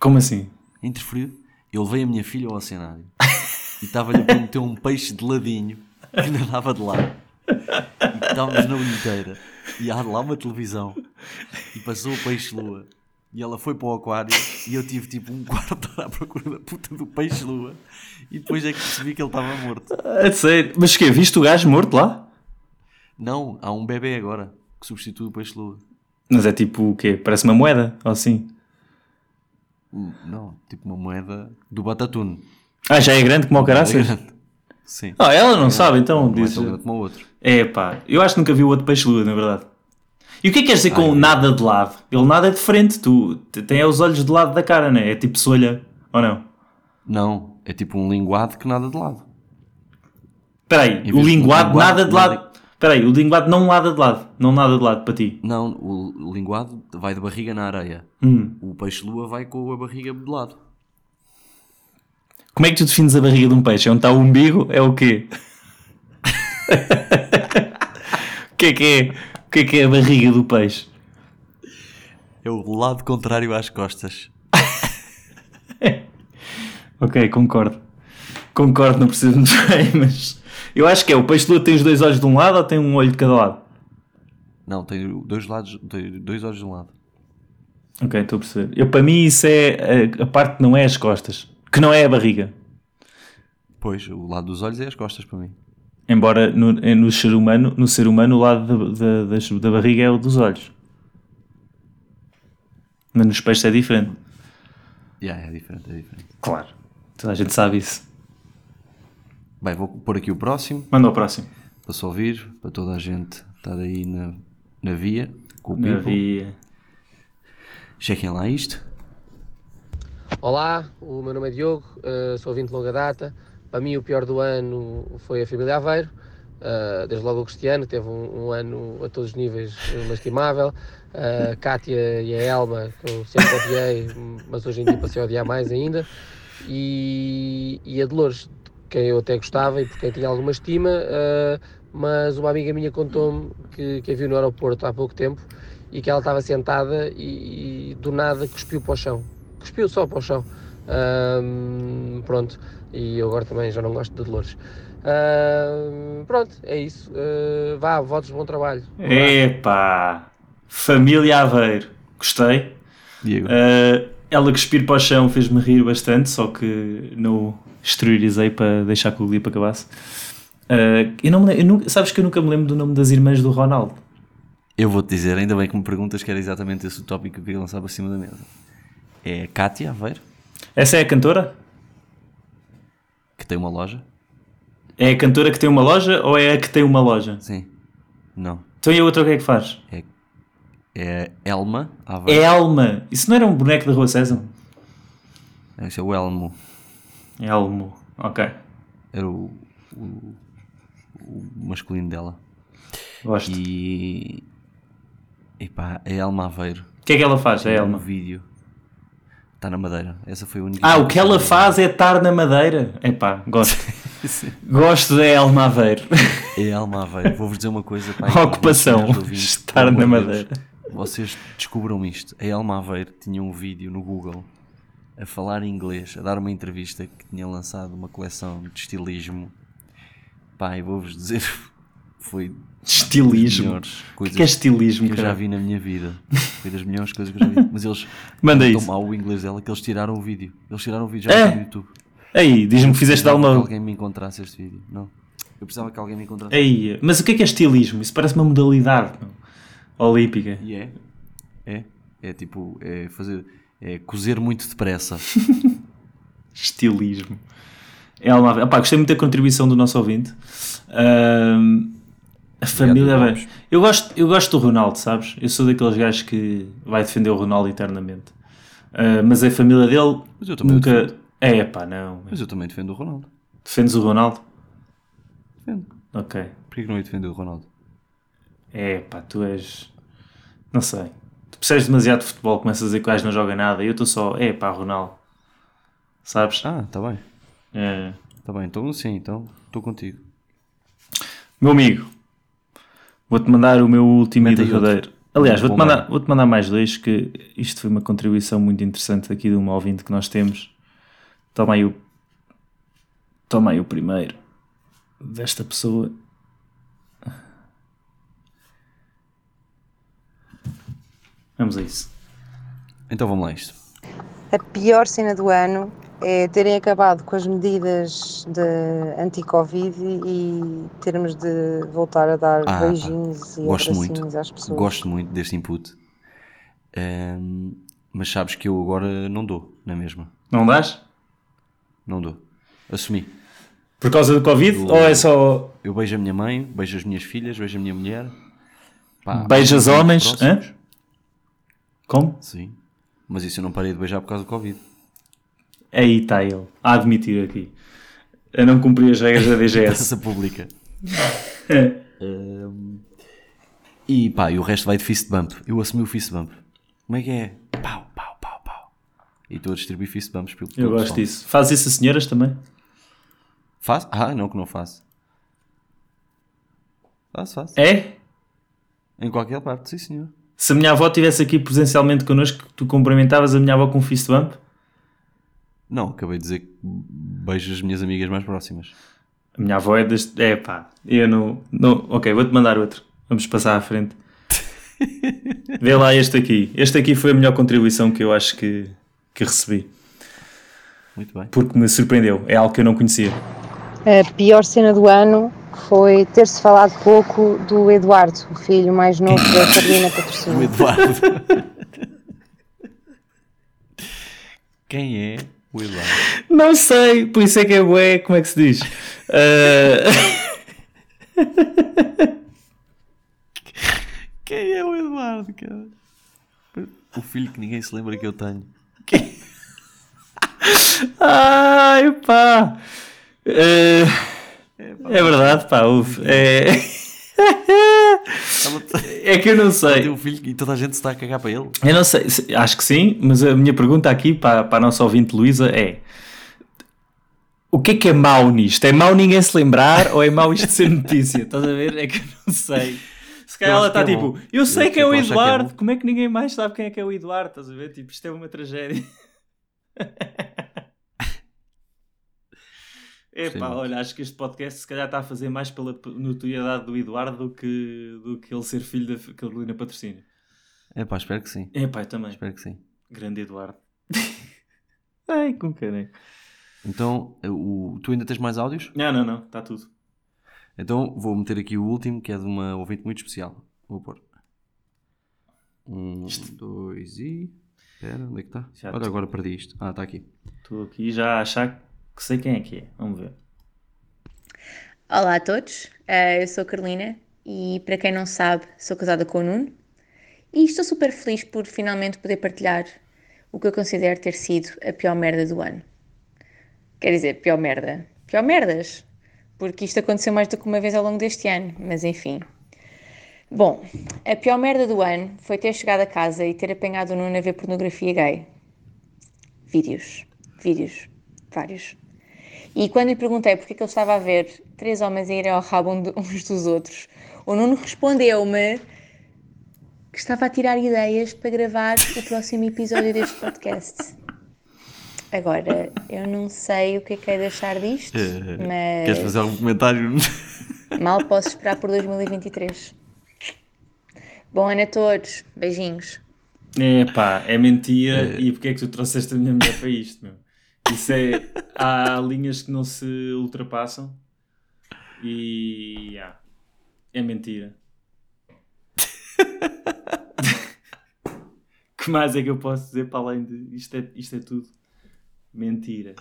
Como assim?
Interferiu. Eu levei a minha filha ao oceanário e estava-lhe a prometer um peixe de ladinho que nadava de lado. E que estávamos na bilheteira e há lá uma televisão e passou o peixe-lua. E ela foi para o aquário e eu tive tipo um [laughs] quarto de hora à procura da puta do peixe-lua e depois é que percebi que ele estava morto.
É sério. Mas que Viste o gajo morto lá?
Não, há um bebê agora que substitui o peixe-lua.
Mas é tipo o quê? Parece uma moeda? Ou assim?
Hum, Não, tipo uma moeda do Batatune.
Ah, já é grande como o caraças?
Sim.
Ah, ela não sabe, então.
Não é
diz...
tão grande como o outro.
É pá, eu acho que nunca vi o outro peixe-lua, na verdade. E o que é que queres dizer com nada de lado? Ele nada de frente, tu te- tem é os olhos de lado da cara, né? É tipo solha, ou não?
Não, é tipo um linguado que nada de lado.
Espera aí,
Em
o
vez de
linguado
um linguado,
nada de
nada-
lado. Espera aí, o linguado não nada de lado, não nada de lado para ti.
Não, o linguado vai de barriga na areia.
Hum.
O peixe-lua vai com a barriga de lado.
Como é que tu defines a barriga de um peixe? É onde está o umbigo? É o quê? [laughs] o que é que é? O que é que é a barriga do peixe?
É o lado contrário às costas.
Ok, concordo. Concordo, não preciso muito bem, [laughs] mas eu acho que é o peixe-lua tem os dois olhos de um lado ou tem um olho de cada lado?
Não, tem dois lados, tem dois olhos de um lado.
Ok, estou a perceber. Eu, para mim, isso é a, a parte que não é as costas, que não é a barriga.
Pois, o lado dos olhos é as costas para mim.
Embora no, eh, no ser humano, no ser humano, o lado da, da, das- da barriga é o dos olhos. Mas nos peixes é diferente.
Yeah, é diferente, é diferente.
Claro. Toda a gente sabe isso.
Bem, vou pôr aqui o próximo
Manda ao próximo.
para se ouvir, para toda a gente estar aí na, na via, com o people.
Havia...
Chequem lá isto.
Olá, o meu nome é Diogo, eh, sou ouvinte de longa data. Para mim, o pior do ano foi a família Aveiro. Eh, desde logo o Cristiano, teve um, um ano a todos os níveis [laughs] eh, lastimável. Eh, A Cátia e a Elma, que eu sempre odiei, mas hoje em dia passei a odiar mais ainda. E, e a Dolores, de quem eu até gostava e por quem tinha alguma estima, eh, mas uma amiga minha contou-me que, que a viu no aeroporto há pouco tempo e que ela estava sentada e, e do nada cuspiu para o chão. Cuspiu só para o chão. Ahm, pronto, e eu agora também já não gosto de Dolores. Ahm, pronto, é isso. Ah, vá, votos, bom trabalho.
Epá! Família Aveiro. Gostei.
Diego.
Uh, ela cuspir para o chão fez-me rir bastante, só que não exteriorizei para deixar que o clipe acabasse. Uh, eu não me lem- eu nunca- sabes que eu nunca me lembro do nome das irmãs do Ronaldo.
Eu vou-te dizer, ainda bem que me perguntas que era exatamente esse o tópico que eu queria lançar para cima da mesa. É a Cátia Aveiro,
Essa é a cantora?
que tem uma loja.
É a cantora que tem uma loja ou é a que tem uma loja?
Sim. Não.
Então e a outra o que é que faz?
É a Elma Aveiro.
É Elma. Isso não era um boneco da Rua César?
Esse é o Elmo.
Elmo. Ok.
Era o, o- o masculino dela.
Gosto.
E. Epá, a Elma Aveiro.
O que é que ela faz, a
Um
Elma?
vídeo. Está na madeira. Essa foi a única.
Ah, o que ela faz é estar na madeira. Epá,
[laughs]
gosto. gosto da Elma Aveiro.
É Elma Aveiro. Vou-vos dizer uma coisa.
[laughs]
Pá,
A ocupação.
ouvintes, ouvintes,
Estar
pelo
na
amor de Deus.
madeira.
Vocês descubram isto. A Elma Aveiro tinha um vídeo no Google a falar inglês, a dar uma entrevista que tinha lançado uma coleção de estilismo. Pá, e vou-vos dizer. [laughs] Foi das
Estilismo.
melhores
O
coisas
que é estilismo,
que eu já
cara?
vi na minha vida. Foi das melhores coisas que eu já vi. Mas eles
[laughs] Manda
tão
isso.
mal o inglês dela que eles tiraram o vídeo. Eles tiraram o vídeo já
É?
está no YouTube.
Aí, diz-me que fizeste
precisava que
download.
alguém me encontrasse este vídeo. Não. Eu precisava que alguém me encontrasse.
Aí, mas o que é que é estilismo? Isso parece uma modalidade meu. olímpica.
E é? É? É tipo, é fazer. É cozer muito depressa.
Estilismo. Elma Aveiro. Opá, gostei muito da contribuição do nosso ouvinte. Ahm, a família
Obrigado,
Aveiro. Eu gosto, eu gosto do Ronaldo, sabes? Eu sou daqueles gajos que vai defender o Ronaldo eternamente. Ah, mas a família dele
Mas eu também o
nunca.
defendo.
É, pá, não.
Mas eu também defendo o Ronaldo.
Defendes o Ronaldo?
Defendo.
Ok.
Porquê que não ia defender o Ronaldo?
É, pá, tu és. Não sei. Tu percebes demasiado de futebol, começas a dizer que o gajo não joga nada. E eu estou só. É, pá, Ronaldo. Sabes?
Ah, tá bem.
É.
Tá bem, então sim, então estou contigo.
Meu amigo, vou-te mandar o meu último e
Mete aí
derradeiro.
outro.
Aliás, vou-te
Bom,
mandar,
bem.
vou mandar mais dois, que isto foi uma contribuição muito interessante aqui de um ouvinte que nós temos. Toma aí o, toma aí o primeiro desta pessoa. Vamos a isso.
Então vamos lá a isto.
A pior cena do ano é terem acabado com as medidas de anti-Covid e termos de voltar a dar
Ah,
beijinhos e
gosto muito.
abracinhos às pessoas.
Gosto muito deste input. Ahm, mas sabes que eu agora não dou, na mesma.
Não dás?
Não dou. Assumi.
Por causa do Covid?
Do-
Ou é só
Eu beijo a minha mãe, beijo as minhas filhas, beijo a minha mulher. Pá,
beijas
muito
homens? Hã?
próximos.
Como?
Sim. Mas isso eu não parei de beijar por causa do
[laughs]
Covid.
É Aí está ele, a admitir aqui. Eu não cumpri as regras da DGS. [laughs]
Essa pública.
É.
Ahm, e pá, e o resto vai de fist bump. Eu assumi o fist bump. Como é que é? Pau, pau, pau, pau. E estou a distribuir fist bumps pelo
Eu
pelo
gosto
pessoal.
disso. Faz isso a senhoras também?
Faço? Ah, não que não faço. Faço, faço.
É?
Em qualquer parte, sim senhor.
Se a minha avó estivesse aqui presencialmente connosco, tu cumprimentavas a minha avó com um fist bump?
Não, acabei de dizer que beijo as minhas amigas mais próximas.
A minha avó é das. É pá, eu não. não... Ok, vou-te mandar outro. Vamos passar à [laughs] frente. Vê lá este aqui. Este aqui foi a melhor contribuição que eu acho que, que recebi.
Muito bem.
Porque me surpreendeu. É algo que eu não conhecia.
A pior cena do ano foi ter-se falado pouco do Eduardo, o filho mais novo da Carolina
O
Patrocínio.
Eduardo. Quem é o Eduardo?
Não sei, por isso é que é bué, como é que se [laughs] diz? Ah,
Quem é o Eduardo, cara? O filho que ninguém se lembra que eu tenho.
[laughs] Ai, pá! Ah, é verdade, pá, houve. É...
Ela tem
É que eu não sei.
um filho e toda a gente se está a cagar para ele.
Eu não sei, se- acho que sim, mas a minha pergunta aqui para, para a nossa ouvinte Luísa é: o que é que é mau nisto? É mau ninguém se lembrar ou é mau isto ser notícia? Estás a ver? É que eu não sei. Se calhar
Eu
ela
acho que
está
é
tipo,
bom.
eu sei
acho
quem é
que
o
ela acha que é
Eduardo,
bom.
como é que ninguém mais sabe quem é que é o Eduardo? Estás a ver? Tipo, isto é uma
[laughs]
tragédia.
Gostei
Epá,
muito.
olha, acho que este podcast se calhar está a fazer mais pela p- notoriedade do Eduardo do que, do que ele ser filho da F- Carolina Patrocínio.
É pá, espero que sim.
Epá, eu também.
Espero que sim.
Grande Eduardo. [laughs] Ai, com querem.
Então, o, tu ainda tens mais áudios?
Não, não, não, está tudo.
Então vou meter aqui o último, que é de uma ouvinte muito especial. Vou pôr. Um, dois e. Espera, onde é que está?
Já
Olha,
tô.
agora perdi isto. Ah, está aqui.
Estou aqui já a achar que sei quem é que é. Vamos ver.
Olá a todos, eh, eu sou a Carolina e para quem não sabe, sou casada com o Nuno e estou super feliz por finalmente poder partilhar o que eu considero ter sido a pior merda do ano. Quer dizer, pior merda, pior merdas, porque isto aconteceu mais do que uma vez ao longo deste ano, mas enfim. Bom, a pior merda do ano foi ter chegado a casa e ter apanhado o Nuno a ver pornografia gay. Vídeos, vídeos, vários. E quando lhe perguntei porque é que ele estava a ver três homens a irem ao rabo um do- uns dos outros, o Nuno respondeu-me que estava a tirar ideias para gravar o próximo episódio deste podcast. Agora, eu não sei o que é que hei de achar disto,
É.
mas
É. Queres fazer algum comentário?
mal posso esperar por 2023. Bom ano a todos, beijinhos.
Epá, é mentira. E porquê é que tu trouxeste a minha mulher para isto, meu? Isso é. Há linhas que não se ultrapassam. E. ah, é mentira. [laughs] que mais é que eu posso dizer para além de. Isto é, isto é tudo mentira.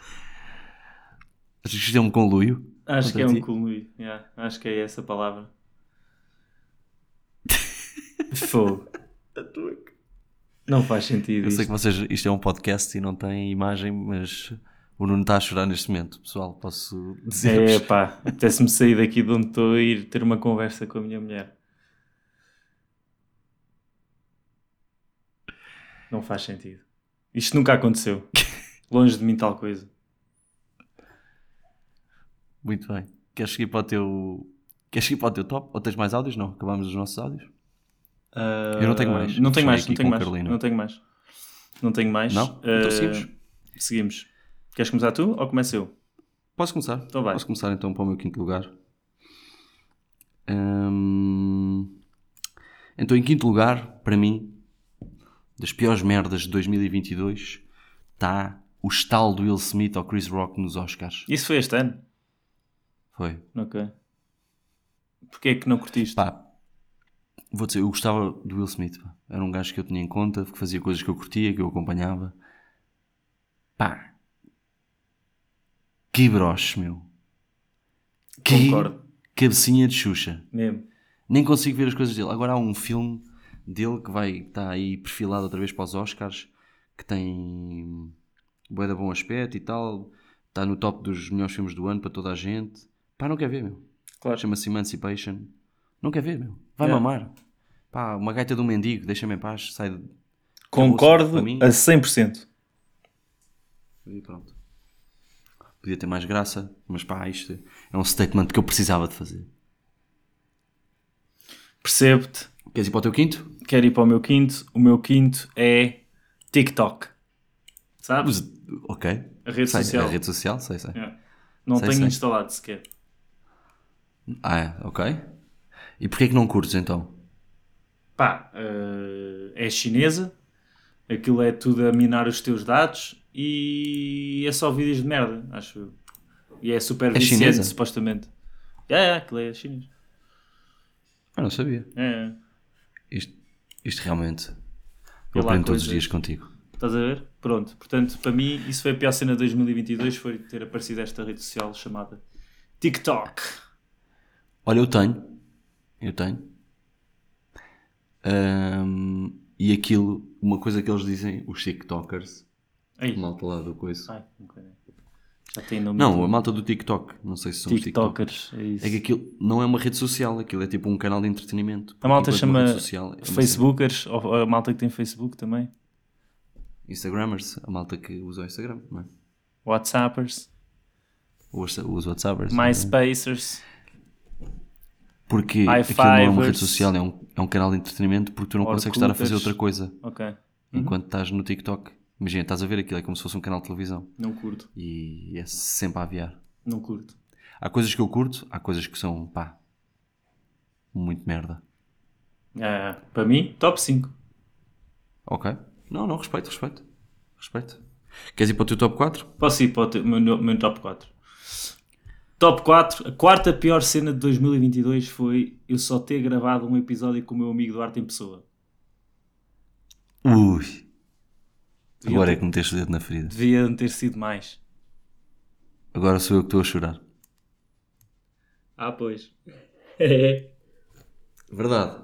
Acho que isto é um conluio.
Acho que é
Contra
um
ti.
cúmulo. yeah, acho que é essa a palavra. [laughs] Fogo. Não faz sentido.
Eu sei que
isto.
vocês, isto é um podcast e não tem imagem, mas o Nuno está a chorar neste momento, pessoal. Posso
É
dizer-vos.
pá, apetece-me sair daqui de onde estou e ir ter uma conversa com a minha mulher. Não faz sentido. Isto nunca aconteceu. Longe de mim tal coisa.
Muito bem. Queres seguir para o teu. Queres seguir para o teu top? Ou tens mais áudios? Não, acabamos os nossos áudios.
Ah,
Eu não tenho mais.
Não tenho
Fechei
mais,
aqui
não tenho
com
mais.
Carolina.
Não tenho mais. Não tenho mais.
Não? Então
Ah,
seguimos?
Seguimos. Queres começar tu ou começo eu?
Posso começar?
Então vai.
Posso começar então para o meu quinto lugar. Hum, Então, em quinto lugar, para mim, das piores merdas de 2022, está tá o estalo do Will Smith ao Chris Rock nos Oscars.
Isso foi este ano?
Foi.
Ok. Porquê é que não curtiste?
Pá, vou dizer, eu gostava do Will Smith. pá. Era um gajo que eu tinha em conta, que fazia coisas que eu curtia, que eu acompanhava. Pá, que broche, meu. Que
Concordo.
cabecinha de Xuxa.
Mesmo.
Nem consigo ver as coisas dele. Agora há um filme dele que vai está aí perfilado outra vez para os Oscars, que tem bué de bom aspecto e tal. Está no top dos melhores filmes do ano para toda a gente. Pá, não quer ver, meu.
Claro.
Chama-se Emancipation. Não quer ver, meu. Vai
Yeah.
mamar. Pá, uma gaita de um mendigo, deixa-me em paz, sai de...
Concordo
Para mim-
a 100%.
E pronto. Podia ter mais graça, mas pá, isto é um statement que eu precisava de fazer.
Percebo-te.
Queres ir para o teu quinto?
Quero ir para o meu quinto. O meu quinto é TikTok. Sabes?
Mas, ok.
A rede
Sei,
social.
A rede social, sei, sei.
É. Não
Sei,
tenho
sei.
instalado sequer.
Ah, é, ok. E porquê é que não curtes então?
Pá, eh, é chinesa. Aquilo é tudo a minar os teus dados e é só vídeos de merda, acho eu. E é super
É
viciante,
chinesa?
supostamente. É, é, aquilo é chinês.
Eu não sabia.
É, é.
Isto, isto realmente. Eu
Olá,
aprendo todos os
coisas.
dias contigo.
Estás a ver? Pronto, portanto, para mim, isso foi a pior cena de 2022, foi ter aparecido esta rede social chamada TikTok.
Olha, eu tenho. Eu tenho. Ahm, e aquilo, uma coisa que eles dizem, os TikTokers,
Aí.
a malta lá do coisa.
Ai, um bocadinho. Já tem nome.
Não,
de-
a malta do TikTok, não sei se são os TikTokers.
TikTokers, é isso.
É que aquilo não é uma rede social, aquilo é tipo um canal de entretenimento.
a malta
Enquanto uma
chama
rede social, é uma
Facebookers, ou a malta que tem Facebook também.
cena- Instagrammers, a malta que usa o Instagram, não é?
WhatsAppers,
Ou os, os WhatsAppers. não é?
MySpaceers.
Porque
iFivers.
aquilo não é uma rede social, é um, é um canal de entretenimento porque tu não
Orkuters.
consegues estar a fazer outra coisa
Ok,
enquanto estás no TikTok. Imagina, estás a ver aquilo, é como se fosse um canal de televisão
não curto,
e é sempre a aviar.
não curto.
Há coisas que eu curto, há coisas que são, pá, muito merda.
É, para mim, top 5.
Ok? Não, não, respeito, respeito. Respeito. Queres ir para o teu top 4?
Posso ir para o teu- meu, no- meu top 4. Top 4, a quarta pior cena de 2022 foi eu só ter gravado um episódio com o meu amigo Duarte em pessoa.
Ui.
Devia
Agora é
ter-
que meteste o dedo na ferida.
Devia ter sido mais.
Agora sou eu que estou a chorar.
Ah, pois.
Verdade.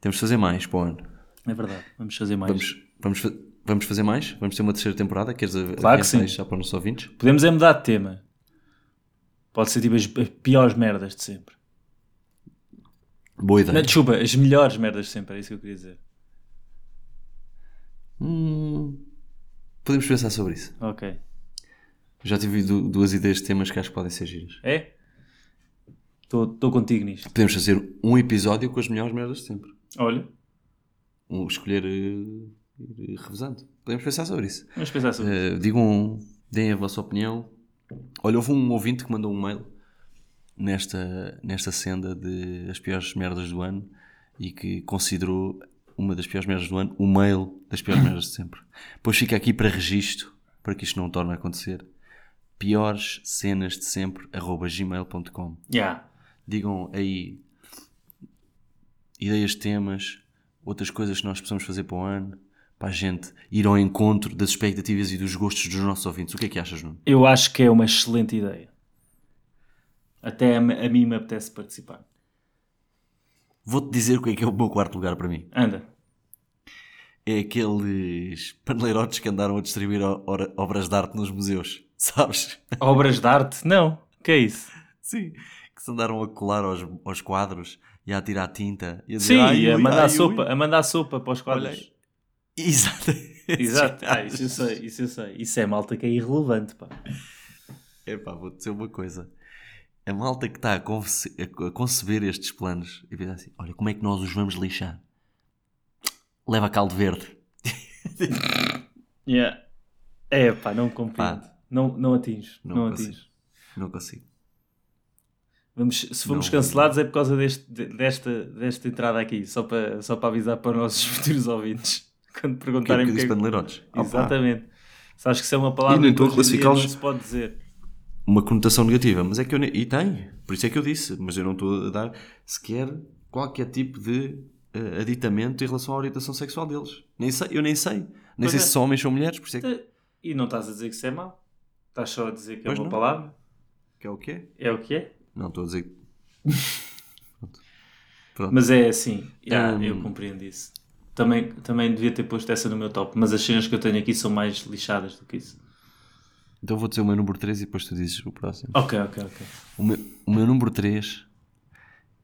Temos de fazer mais para o ano.
É verdade. Vamos fazer mais.
Vamos, vamos, fa- vamos fazer mais? Vamos ter uma terceira temporada? Queres a-
Claro que sim.
avançar já para os nossos ouvintes?
Podemos é mudar de tema. Pode ser tipo as, as piores merdas de sempre.
Boa ideia.
Não, desculpa, as melhores merdas de sempre. Era isso que eu queria dizer.
Hum, podemos pensar sobre isso.
Ok.
Já tive du- duas ideias de temas que acho que podem ser giras.
É? Estou contigo nisto.
Podemos fazer um episódio com as melhores merdas de sempre.
Olha,
Um, escolher eh, ir revisando. Podemos pensar sobre isso.
vamos pensar sobre isso.
Eh, digam, deem a vossa opinião. Olha, houve um ouvinte que mandou um mail nesta, nesta senda de as piores merdas do ano e que considerou uma das piores merdas do ano o mail das piores merdas de sempre. Pois fica aqui para registro, para que isto não torne a acontecer. Piores cenas de sempre, arroba gmail.com.
Yeah.
Digam aí ideias de temas, outras coisas que nós possamos fazer para o ano, para a gente ir ao encontro das expectativas e dos gostos dos nossos ouvintes. O que é que achas, Nuno?
Eu acho que é uma excelente ideia. Até a, m- a mim me apetece participar.
Vou-te dizer o que é que é o meu quarto lugar para mim. [laughs]
Anda.
É aqueles paneleirotes que andaram a distribuir o- ora- obras de arte nos museus, [laughs] sabes?
Obras de arte? Não. que é isso?
Sim. Que se andaram a colar aos, aos quadros e a tirar tinta. E a dizer,
Sim,
"Ai,
a
ui,
mandar
ai, ui".
sopa, a mandar sopa para os quadros.
[laughs] Olha. Exato. [laughs]
Exato, ah, isso eu sei, isso eu sei. Isso é malta que é irrelevante, pá.
Epá, vou dizer uma coisa. A malta que está a, conce- a co- a conceber estes planos e pensa assim: olha, como é que nós os vamos lixar? Leva caldo verde.
Yeah. É, pá, não compreendo. Não, não atinge, não,
Não
atinge.
consigo. Não consigo.
Vamos, se fomos
Não.
cancelados é por causa deste, de- desta, desta entrada aqui, só para, só para avisar para os [laughs] nossos futuros ouvintes. Quando
O que é
perguntarem
que
o
disse
que é que-
paneleirotes? Opa,
Exatamente. Sabes que isso é uma palavra
Ah, E nem
que
estou a
hoje em dia
classificá-los.
não se pode dizer.
Uma conotação negativa, mas é que eu. ne- E tem, por isso é que eu disse, mas eu não estou a dar sequer qualquer tipo de eh, aditamento em relação à orientação sexual deles. Nem sei, eu nem sei. Nem
Pois
sei
é.
se são homens ou mulheres, por isso é que,
E não estás a dizer que isso é mau. Estás só a dizer que
Pois
é uma
não.
palavra.
que é o quê?
É o que é.
Não estou a dizer. Pronto. Pronto.
Mas é assim, já,
Um,
eu compreendo isso. Também, também devia ter posto essa no meu top, mas as cenas que eu tenho aqui são mais lixadas do que isso.
Então vou dizer o meu número 3 e depois tu dizes o próximo.
Ok, ok, ok.
O, meu, o meu número 3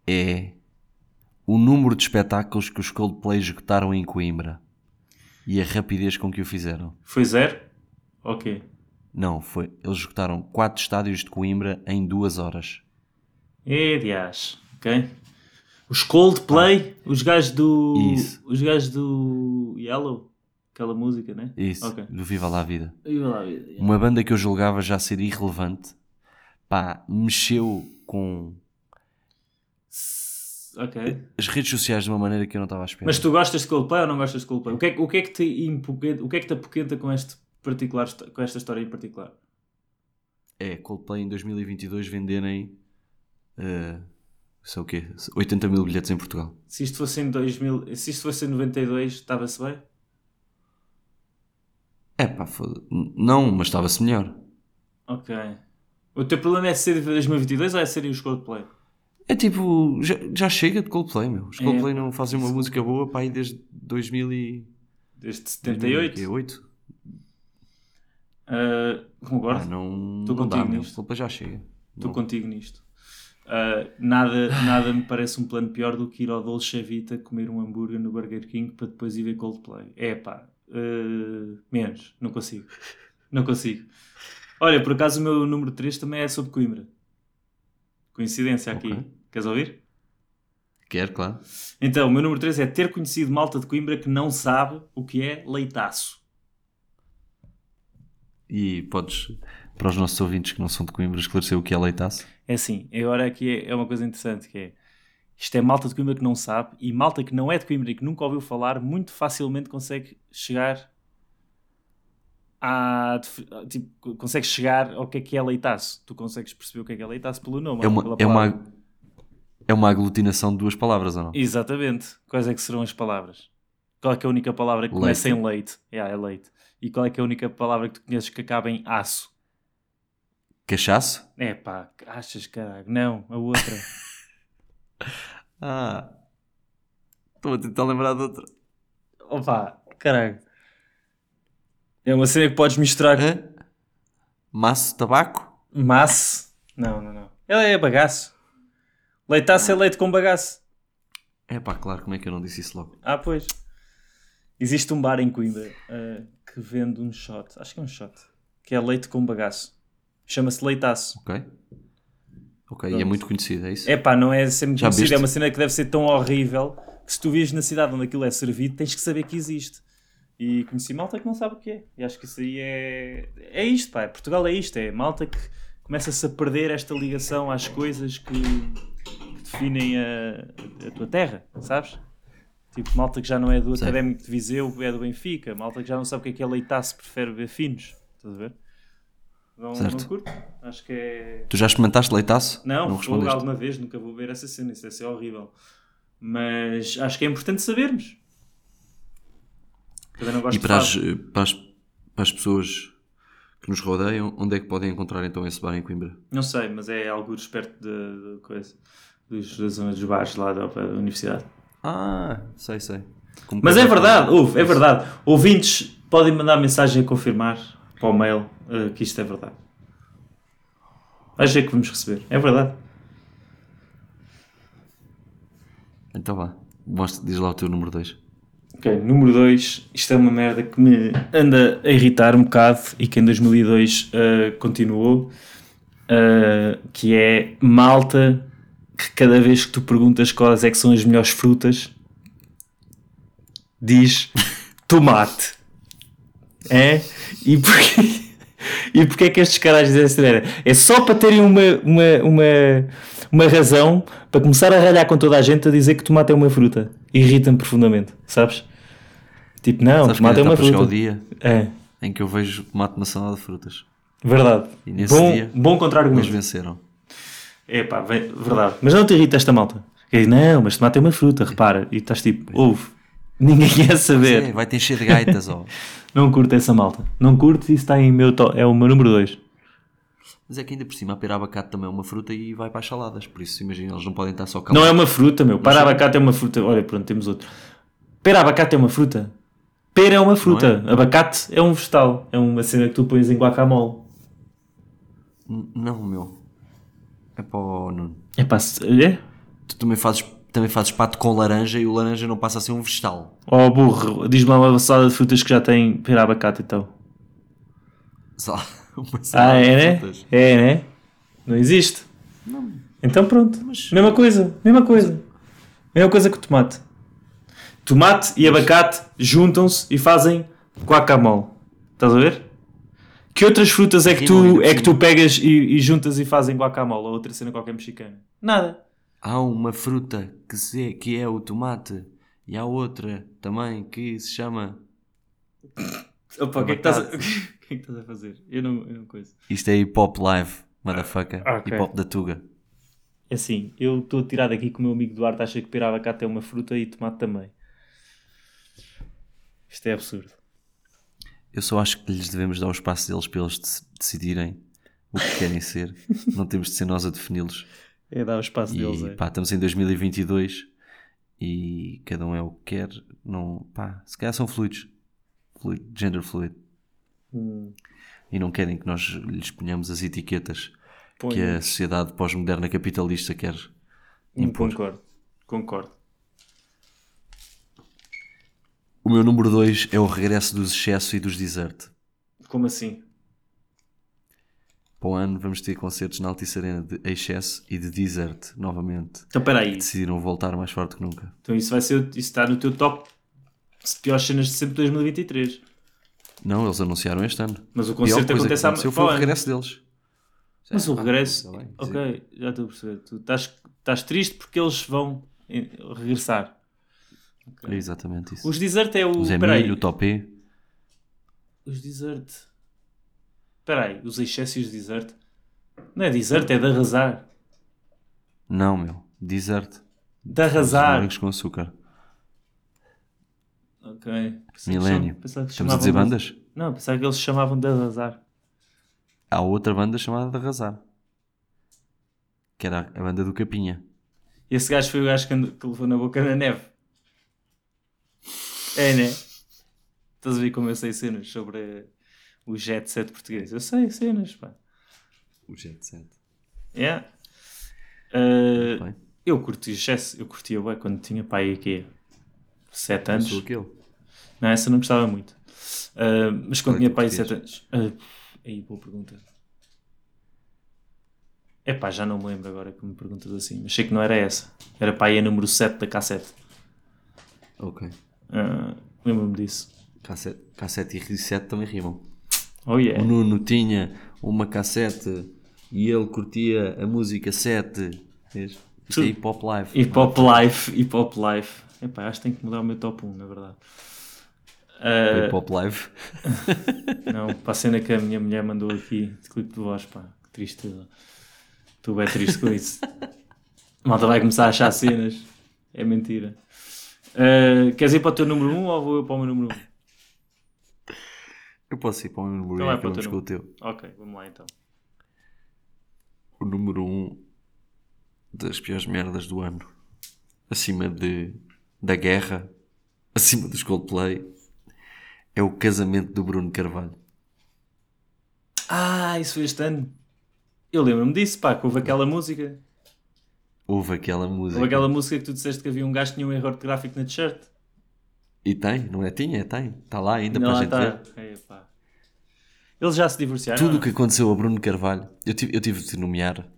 é o número de espetáculos que os Coldplay executaram em Coimbra e a rapidez com que o fizeram.
Foi zero? Ok.
Não, foi. Eles executaram 4 estádios de Coimbra em 2 horas.
E dias, ok? Os Coldplay, os gajos do.
Ah. Isso.
Os gajos do Yellow, aquela música, né?
Isso,
Ok.
do Viva lá a Vida.
E vai lá, vida, yeah.
Uma banda que eu julgava já ser irrelevante, pá, mexeu com
S- Ok.
as redes sociais de uma maneira que eu não estava à espera.
Mas tu gostas de Coldplay ou não gostas de Coldplay? O que é, que- o que, é que te impoquenta, o que é que te apoquenta com, este particular, histó- com esta história em particular?
É, Coldplay em 2022 venderem. eh, sei o quê? 80 mil bilhetes em Portugal.
Se isto fosse em 2000, se isto fosse em 92, estava-se bem?
É pá, foda N- Não, mas estava-se melhor.
Ok. O teu problema é ser de 2022 ou é serem os Coldplay?
É tipo, já, já chega de Coldplay, meu. Os
É,
Coldplay não fazem uma
isso-
música boa para aí desde 2000 e...
Desde 78?
2008?
Ah,
Ah,
concordo.
não,
Tô
não dá,
contigo
meu.
nisto.
Coldplay já chega.
Estou
Não.
contigo nisto. Ah, nada, nada me parece um plano pior do que ir ao Dolce Vita comer um hambúrguer no Burger King para depois ir ver Coldplay. É pá, ah, menos, não consigo. Não consigo. Olha, por acaso o meu número 3 também é sobre Coimbra. Coincidência aqui.
Ok.
Queres ouvir?
Quer, claro.
Então, o meu número 3 é ter conhecido malta de Coimbra que não sabe o que é leitaço.
E podes, para os nossos ouvintes que não são de Coimbra, esclarecer o que é leitaço?
É assim, agora aqui é, é uma coisa interessante que é isto é malta de Coimbra que não sabe e malta que não é de Coimbra e que nunca ouviu falar muito facilmente consegue chegar à, defi- tipo, co- consegue chegar ao que é que é leitaço. Tu consegues perceber o que é que é leitaço pelo nome.
É
não
uma,
pela
é,
palavra.
uma, é uma aglutinação de duas palavras, ou não?
Exatamente. Quais é que serão as palavras? Qual é que é a única palavra que começa em leite? Yeah, é leite. E qual é que é a única palavra que tu conheces que acaba em aço?
Cachaço?
É pá, achas caralho? Não, a outra.
Ah. Estou a tentar lembrar de outra.
Opa, caralho. É uma cena que podes misturar com
Hã? Maço, tabaco?
maço. Não, não, não. Ela é bagaço. Leitaço é leite com bagaço.
É pá, claro, como é que eu não disse isso logo?
Ah, pois. Existe um bar em Coimbra eh, que vende um shot, acho que é um shot, que é leite com bagaço. Chama-se leitaço.
Ok? Ok, e é muito conhecido, é isso?
É pá, não é sempre
Já
conhecido,
viste?
é uma cena que deve ser tão horrível que se tu vives na cidade onde aquilo é servido, tens que saber que existe. E conheci malta que não sabe o que é. E acho que isso aí é. É isto, pá. Portugal é isto. É malta que começa-se a perder esta ligação às coisas que, que definem a, a tua terra, sabes? Tipo, malta que já não é do
Sim.
Académico de Viseu, é do Benfica. Malta que já não sabe o que é que é leitaço, prefere ver finos. Estás a ver? Não, não
Certo.
curto. Acho que é.
Tu já experimentaste leitaço?
Não, fogo
não respondeste.
alguma vez, nunca vou ver essa cena, isso deve ser horrível. Mas acho que é importante sabermos. Também não gosto
E para
de
as,
fado.
para, as, para as pessoas que nos rodeiam, onde é que podem encontrar então esse bar em Coimbra?
Não sei, mas é alguns perto da da coisa. Dos, da zona dos bares lá da, da universidade.
Ah, sei, sei. Como
Mas é
Pedro
verdade,
Paulo.
ouve, é verdade. Ouvintes podem mandar mensagem a confirmar para o mail eh, que isto é verdade. Vais ver que vamos receber. É verdade.
Então vá, mostra, diz lá o teu número 2.
Ok, número 2, isto é uma merda que me anda a irritar um bocado e que em 2002 uh, continuou, uh, que é malta que cada vez que tu perguntas quais é que são as melhores frutas,
[laughs]
diz tomate. É? E porquê, [laughs] e porquê é que estes caras dizem essa merda? É só para terem uma, uma, uma, uma razão para começar a ralhar com toda a gente a dizer que tomate é uma fruta. Irrita-me profundamente, sabes? Tipo, não,
Sabes que ainda
tomate é
está
uma
para chegar o
fruta.
dia
É,
em que eu vejo tomate na salada de frutas.
verdade.
E nesse
Bom,
dia,
bom
Eles
contra-argumento.
venceram.
É pá, ve- verdade. Mas não te irrita esta malta. Que diz, não, mas tomate é uma fruta, repara. E estás tipo, ouve, ninguém quer saber.
É, vai te encher de gaitas, ó. [laughs]
Não curto essa malta. Não curto isso está em meu to- É o meu número 2.
Mas é que ainda por cima, a pera abacate também é uma fruta e vai para as saladas. Por isso, imagina, eles não podem estar só
Não
calados.
é uma fruta, meu. Pera
sei.
abacate é uma fruta. Olha, pronto, temos outro. Pera abacate é uma fruta. Pera é uma fruta. Abacate é um vegetal. É uma cena que tu pões em guacamole.
N- Não, meu. É para o Nuno.
É pá, se- é?
Tu também fazes, também fazes pato com laranja e o laranja não passa a ser um vegetal.
Oh burro, diz-me lá uma salada de frutas que já tem pera abacate então.
Só [laughs] uma
Ah,
salada de
é né?
frutas.
É né? Não existe. Então pronto. Mesma coisa, mesma coisa. Mesma coisa que o tomate. Tomate e abacate juntam-se e fazem guacamole. Estás a ver? Que outras frutas é que
Sim, não,
tu,
ainda
é
por
que tu
cima.
pegas e, e juntas e fazem guacamole? Ou outra cena qualquer mexicana? Nada.
Há uma fruta que, se, que é o tomate e há outra também que se chama.
Opa, o que é que estás a, [laughs] o que é que estás a fazer? Eu não, eu não coisa.
Isto é hip hop live, motherfucker.
Ah, ok.
Hip hop da Tuga.
É Assim, eu estou a tirar daqui que o meu amigo Duarte acha que pera abacate é uma fruta e tomate também. Isto é absurdo.
Eu só acho que lhes devemos dar o espaço deles para eles dec- decidirem o que
[laughs]
querem ser. não temos de ser nós a defini-los.
É dar o espaço deles.
E
É.
pá, estamos em 2022 e cada um é o que quer. Não, pá, se calhar são fluidos. Fluid, gender fluid.
é. Um,
E não querem que nós lhes ponhamos as etiquetas que é
Ponham.
a sociedade pós-moderna capitalista quer.
Hum, Concordo. Concordo.
O meu número 2 é o regresso dos excessos e dos desert.
Como assim?
Para o ano vamos ter concertos na Altice Arena de excesso e de desert, novamente.
Então peraí.
Decidiram voltar mais forte que nunca.
Então isso vai ser. Isso está no teu top de piores cenas de sempre 2023.
Não, eles anunciaram este ano.
Mas o
A pior
concerto
coisa que
acontece à
aconteceu foi o
Pô,
regresso deles.
Mas o
Ah,
regresso.
tá bem, quer dizer,
ok, já estou a perceber. Tu estás, estás triste porque eles vão eh, regressar.
É exatamente isso.
Os Desert é o.
Os
peraí.
Emílio, o Topé.
Os Desert. Espera aí, os excessos de Desert. Não é Desert, é de arrasar.
Não, meu. Desert.
De
Os
arrasar.
morangos com açúcar.
Ok. Pensava que
Milênio.
cham- pensava que
Estamos
chamavam
a dizer
de-
bandas?
Não, pensava que eles se chamavam de azar.
Há outra banda chamada de Arrasar. Que era a banda do Capinha.
Esse gajo foi o gajo que, andou- que levou na boca na neve. É, né? Estás a ver como eu sei cenas sobre o jet set português? Eu sei cenas, pá.
O Jet Set.
Yeah. Uh,
Bem.
eu curti excesso, eu curtia bem quando tinha pai aqui 7 anos.
Sou aquele.
Não, essa eu não gostava muito. Uh, mas
Qual
quando
é
tinha
que
pai
curtias?
7 anos. Uh, aí, boa pergunta. Epá, já não me lembro agora que me perguntas assim, mas sei que não era essa. Era pai a número 7 da K7.
Ok.
Uh, Lembro-me disso.
Cassete, cassete e reset também rimam.
Oh yeah.
O Nuno tinha uma cassete e ele curtia a música 7. Vês? Isto é
Tudo.
hip hop live.
Hip Hop Life, Hip Hop Life. Epá, acho que tenho que mudar o meu top 1, na verdade. Uh,
Hip hop live.
Não, para a cena é que a minha mulher mandou aqui de clipe de voz, pá, que tristeza. Tu bem triste com isso. A malta vai começar a achar cenas. É mentira. Ah, queres ir para o teu número 1 um, ou vou eu para o meu número 1? Um?
Eu posso ir para o meu número
Então
1
vai
e
para o
acabamos
teu
com o teu.
Ok, vamos lá então.
O número 1 das piores merdas do ano. Acima de, da guerra, acima dos Coldplay, é o casamento do Bruno Carvalho.
Ah, isso foi este ano. Eu lembro-me disso, pá, que houve aquela música.
Houve aquela música.
Houve aquela música que tu disseste que havia um gajo que tinha um erro de gráfico na t-shirt.
E tem, não é? Tinha, é, tem. Está lá ainda
Ainda
para a
lá É.
gente ver.
está. É, pá. Eles já se divorciaram.
Tudo o
não?
que aconteceu a Bruno Carvalho, eu tive, eu tive de nomear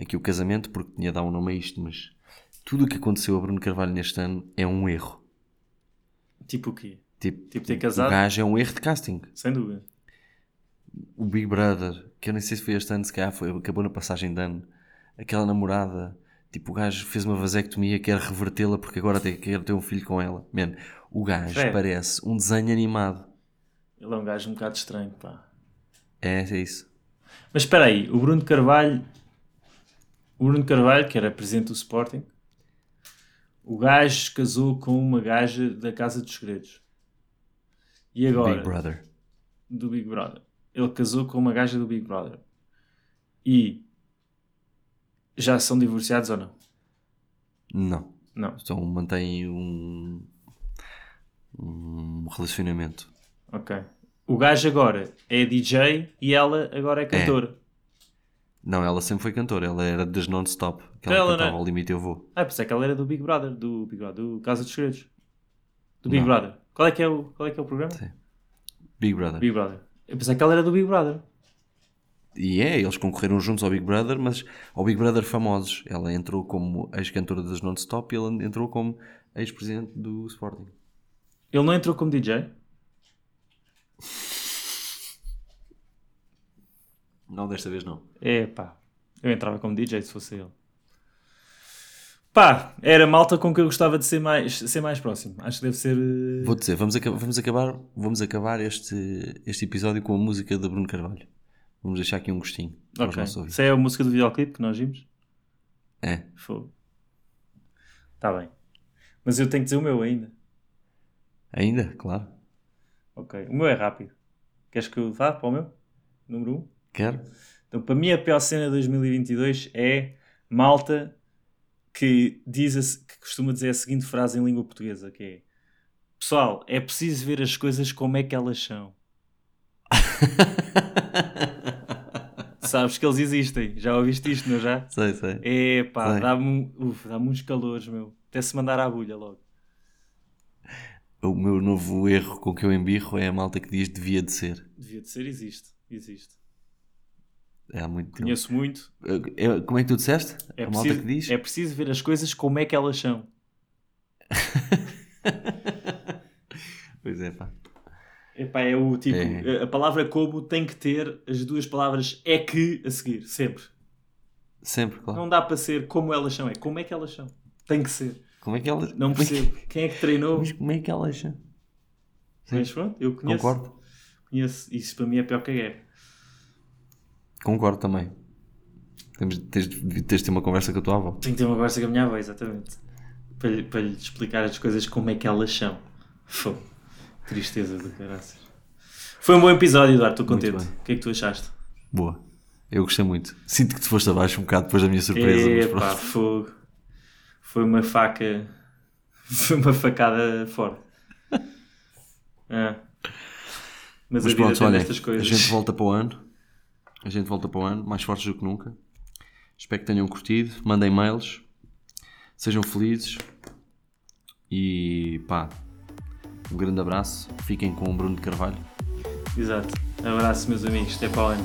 aqui o casamento porque tinha de dar um nome a isto, mas tudo o que aconteceu a Bruno Carvalho neste ano é um erro.
Tipo o quê?
Tipo,
Tipo ter
o
casado?
gajo é um erro de casting.
Sem dúvida.
O Big Brother, que eu nem sei se foi este ano, se calhar foi, acabou na passagem de ano. Aquela namorada, tipo, o gajo fez uma vasectomia, quer revertê-la porque agora tem, quer ter um filho com ela. Man, o gajo
Fé.
parece um desenho animado.
Ele é um gajo um bocado estranho, pá.
É, é isso.
Mas espera aí, o Bruno Carvalho, o Bruno Carvalho, que era presidente do Sporting, o gajo casou com uma gaja da Casa dos Segredos. E agora,
Big Brother.
do Big Brother. Ele casou com uma gaja do Big Brother. E já são divorciados ou não?
Não.
Não.
Então mantém um, um relacionamento.
Ok. O gajo agora é DJ e ela agora é cantora.
Não, ela sempre foi cantora, ela era das non-stop. Que ela,
Ela,
cantava
né?
ao limite eu vou.
Ah, pensei que ela era do Big Brother, do Big Brother, do Casa dos Segredos. Do Big
Não.
Brother. Qual é que é o, qual é que é o programa?
Sim. Big Brother.
Big Brother. Eu pensei que ela era do Big Brother.
E é, eles concorreram juntos ao Big Brother, mas ao Big Brother famosos. Ela entrou como ex-cantora das non-stop e ele entrou como ex-presidente do Sporting.
Ele não entrou como DJ?
Não, desta vez não.
É pá, eu entrava como DJ se fosse ele. Pá, era a malta com que eu gostava de ser mais, ser mais próximo. Acho que deve ser. eh,
Vou dizer, vamos, aca- vamos acabar, vamos acabar este, este episódio com a música de Bruno Carvalho. Vamos deixar aqui um gostinho para os
ok.
nossos ouvintes.
Essa é a música do videoclipe que nós vimos?
É.
Fogo. Tá bem. Mas eu tenho que dizer o meu ainda.
Ainda, claro.
Ok. O meu é rápido. Queres que eu vá para o meu? Número 1. Um? [laughs]
Quero.
Então, para mim, a pior cena de 2022 é malta que, diz a se- que costuma dizer a seguinte frase em língua portuguesa, que é Pessoal, é preciso ver as coisas como é que elas são. Sabes que eles existem. Já ouviste isto, não já?
sei, sei.
É pá,
Sei.
dá-me um- uf, dá-me uns calores, meu. Até se mandar à agulha logo.
O meu novo erro com que eu embirro é a malta que diz devia de ser.
Devia de ser, existe. Existe.
É, há muito tempo.
Conheço muito.
É, como é que tu disseste?
É
a malta
preciso,
que diz?
é preciso ver as coisas como é que elas são.
Pois é, pá.
Epá, é o tipo,
É.
a palavra como tem que ter as duas palavras é que a seguir, sempre.
Sempre, claro.
Não dá para ser como elas são, é como é que elas são. Tem que ser.
Como é que ela.
Não
como é que-
percebo. Quem é que treinou?
Mas como é que ela acha?
Mas pronto, eu conheço.
Concordo.
Conheço. Isso para mim é pior que a guerra.
Concordo também. Temos, tens, de- tens de ter uma conversa com a tua avó.
Tenho que ter uma conversa com a minha avó, exatamente. Para lhe, para lhe explicar as coisas como é que elas são. Fogo. Tristeza do caraças. Foi um bom episódio, Eduardo, estou
Muito
contente. O que é que tu achaste?
Boa. Eu gostei muito. Sinto que te foste abaixo um bocado depois da minha surpresa. mas
Epá,
pronto.
fogo. Foi uma faca. [laughs] Foi uma facada
[laughs]
forte. É. Mas, a
Mas
vida
pronto,
tem
olha,
destas
a
coisas.
gente volta para o ano. A gente volta para o ano, mais fortes do que nunca. Espero que tenham curtido. Mandem mails. Sejam felizes. E pá, um grande abraço. Fiquem com o Bruno de Carvalho.
Exato. Abraço, meus amigos. Até para o ano.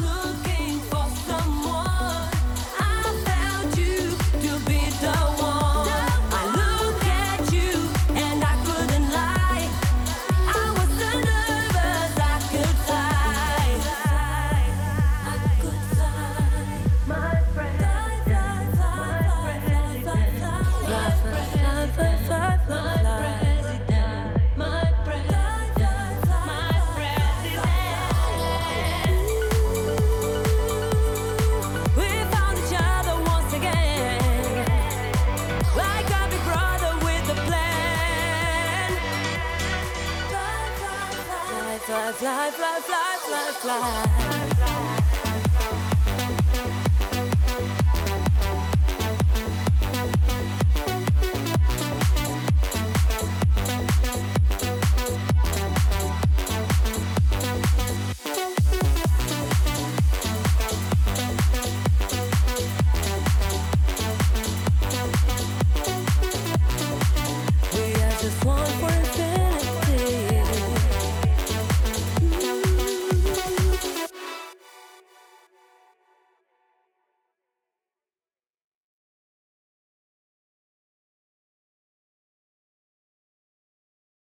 Looking for someone, I found you to be the one. I look at you and I couldn't lie. I was so nervous I could fly. I could fly, my friend. My We found each other once again, like a big brother with a plan. Fly, fly, fly, fly, fly, fly, fly, fly.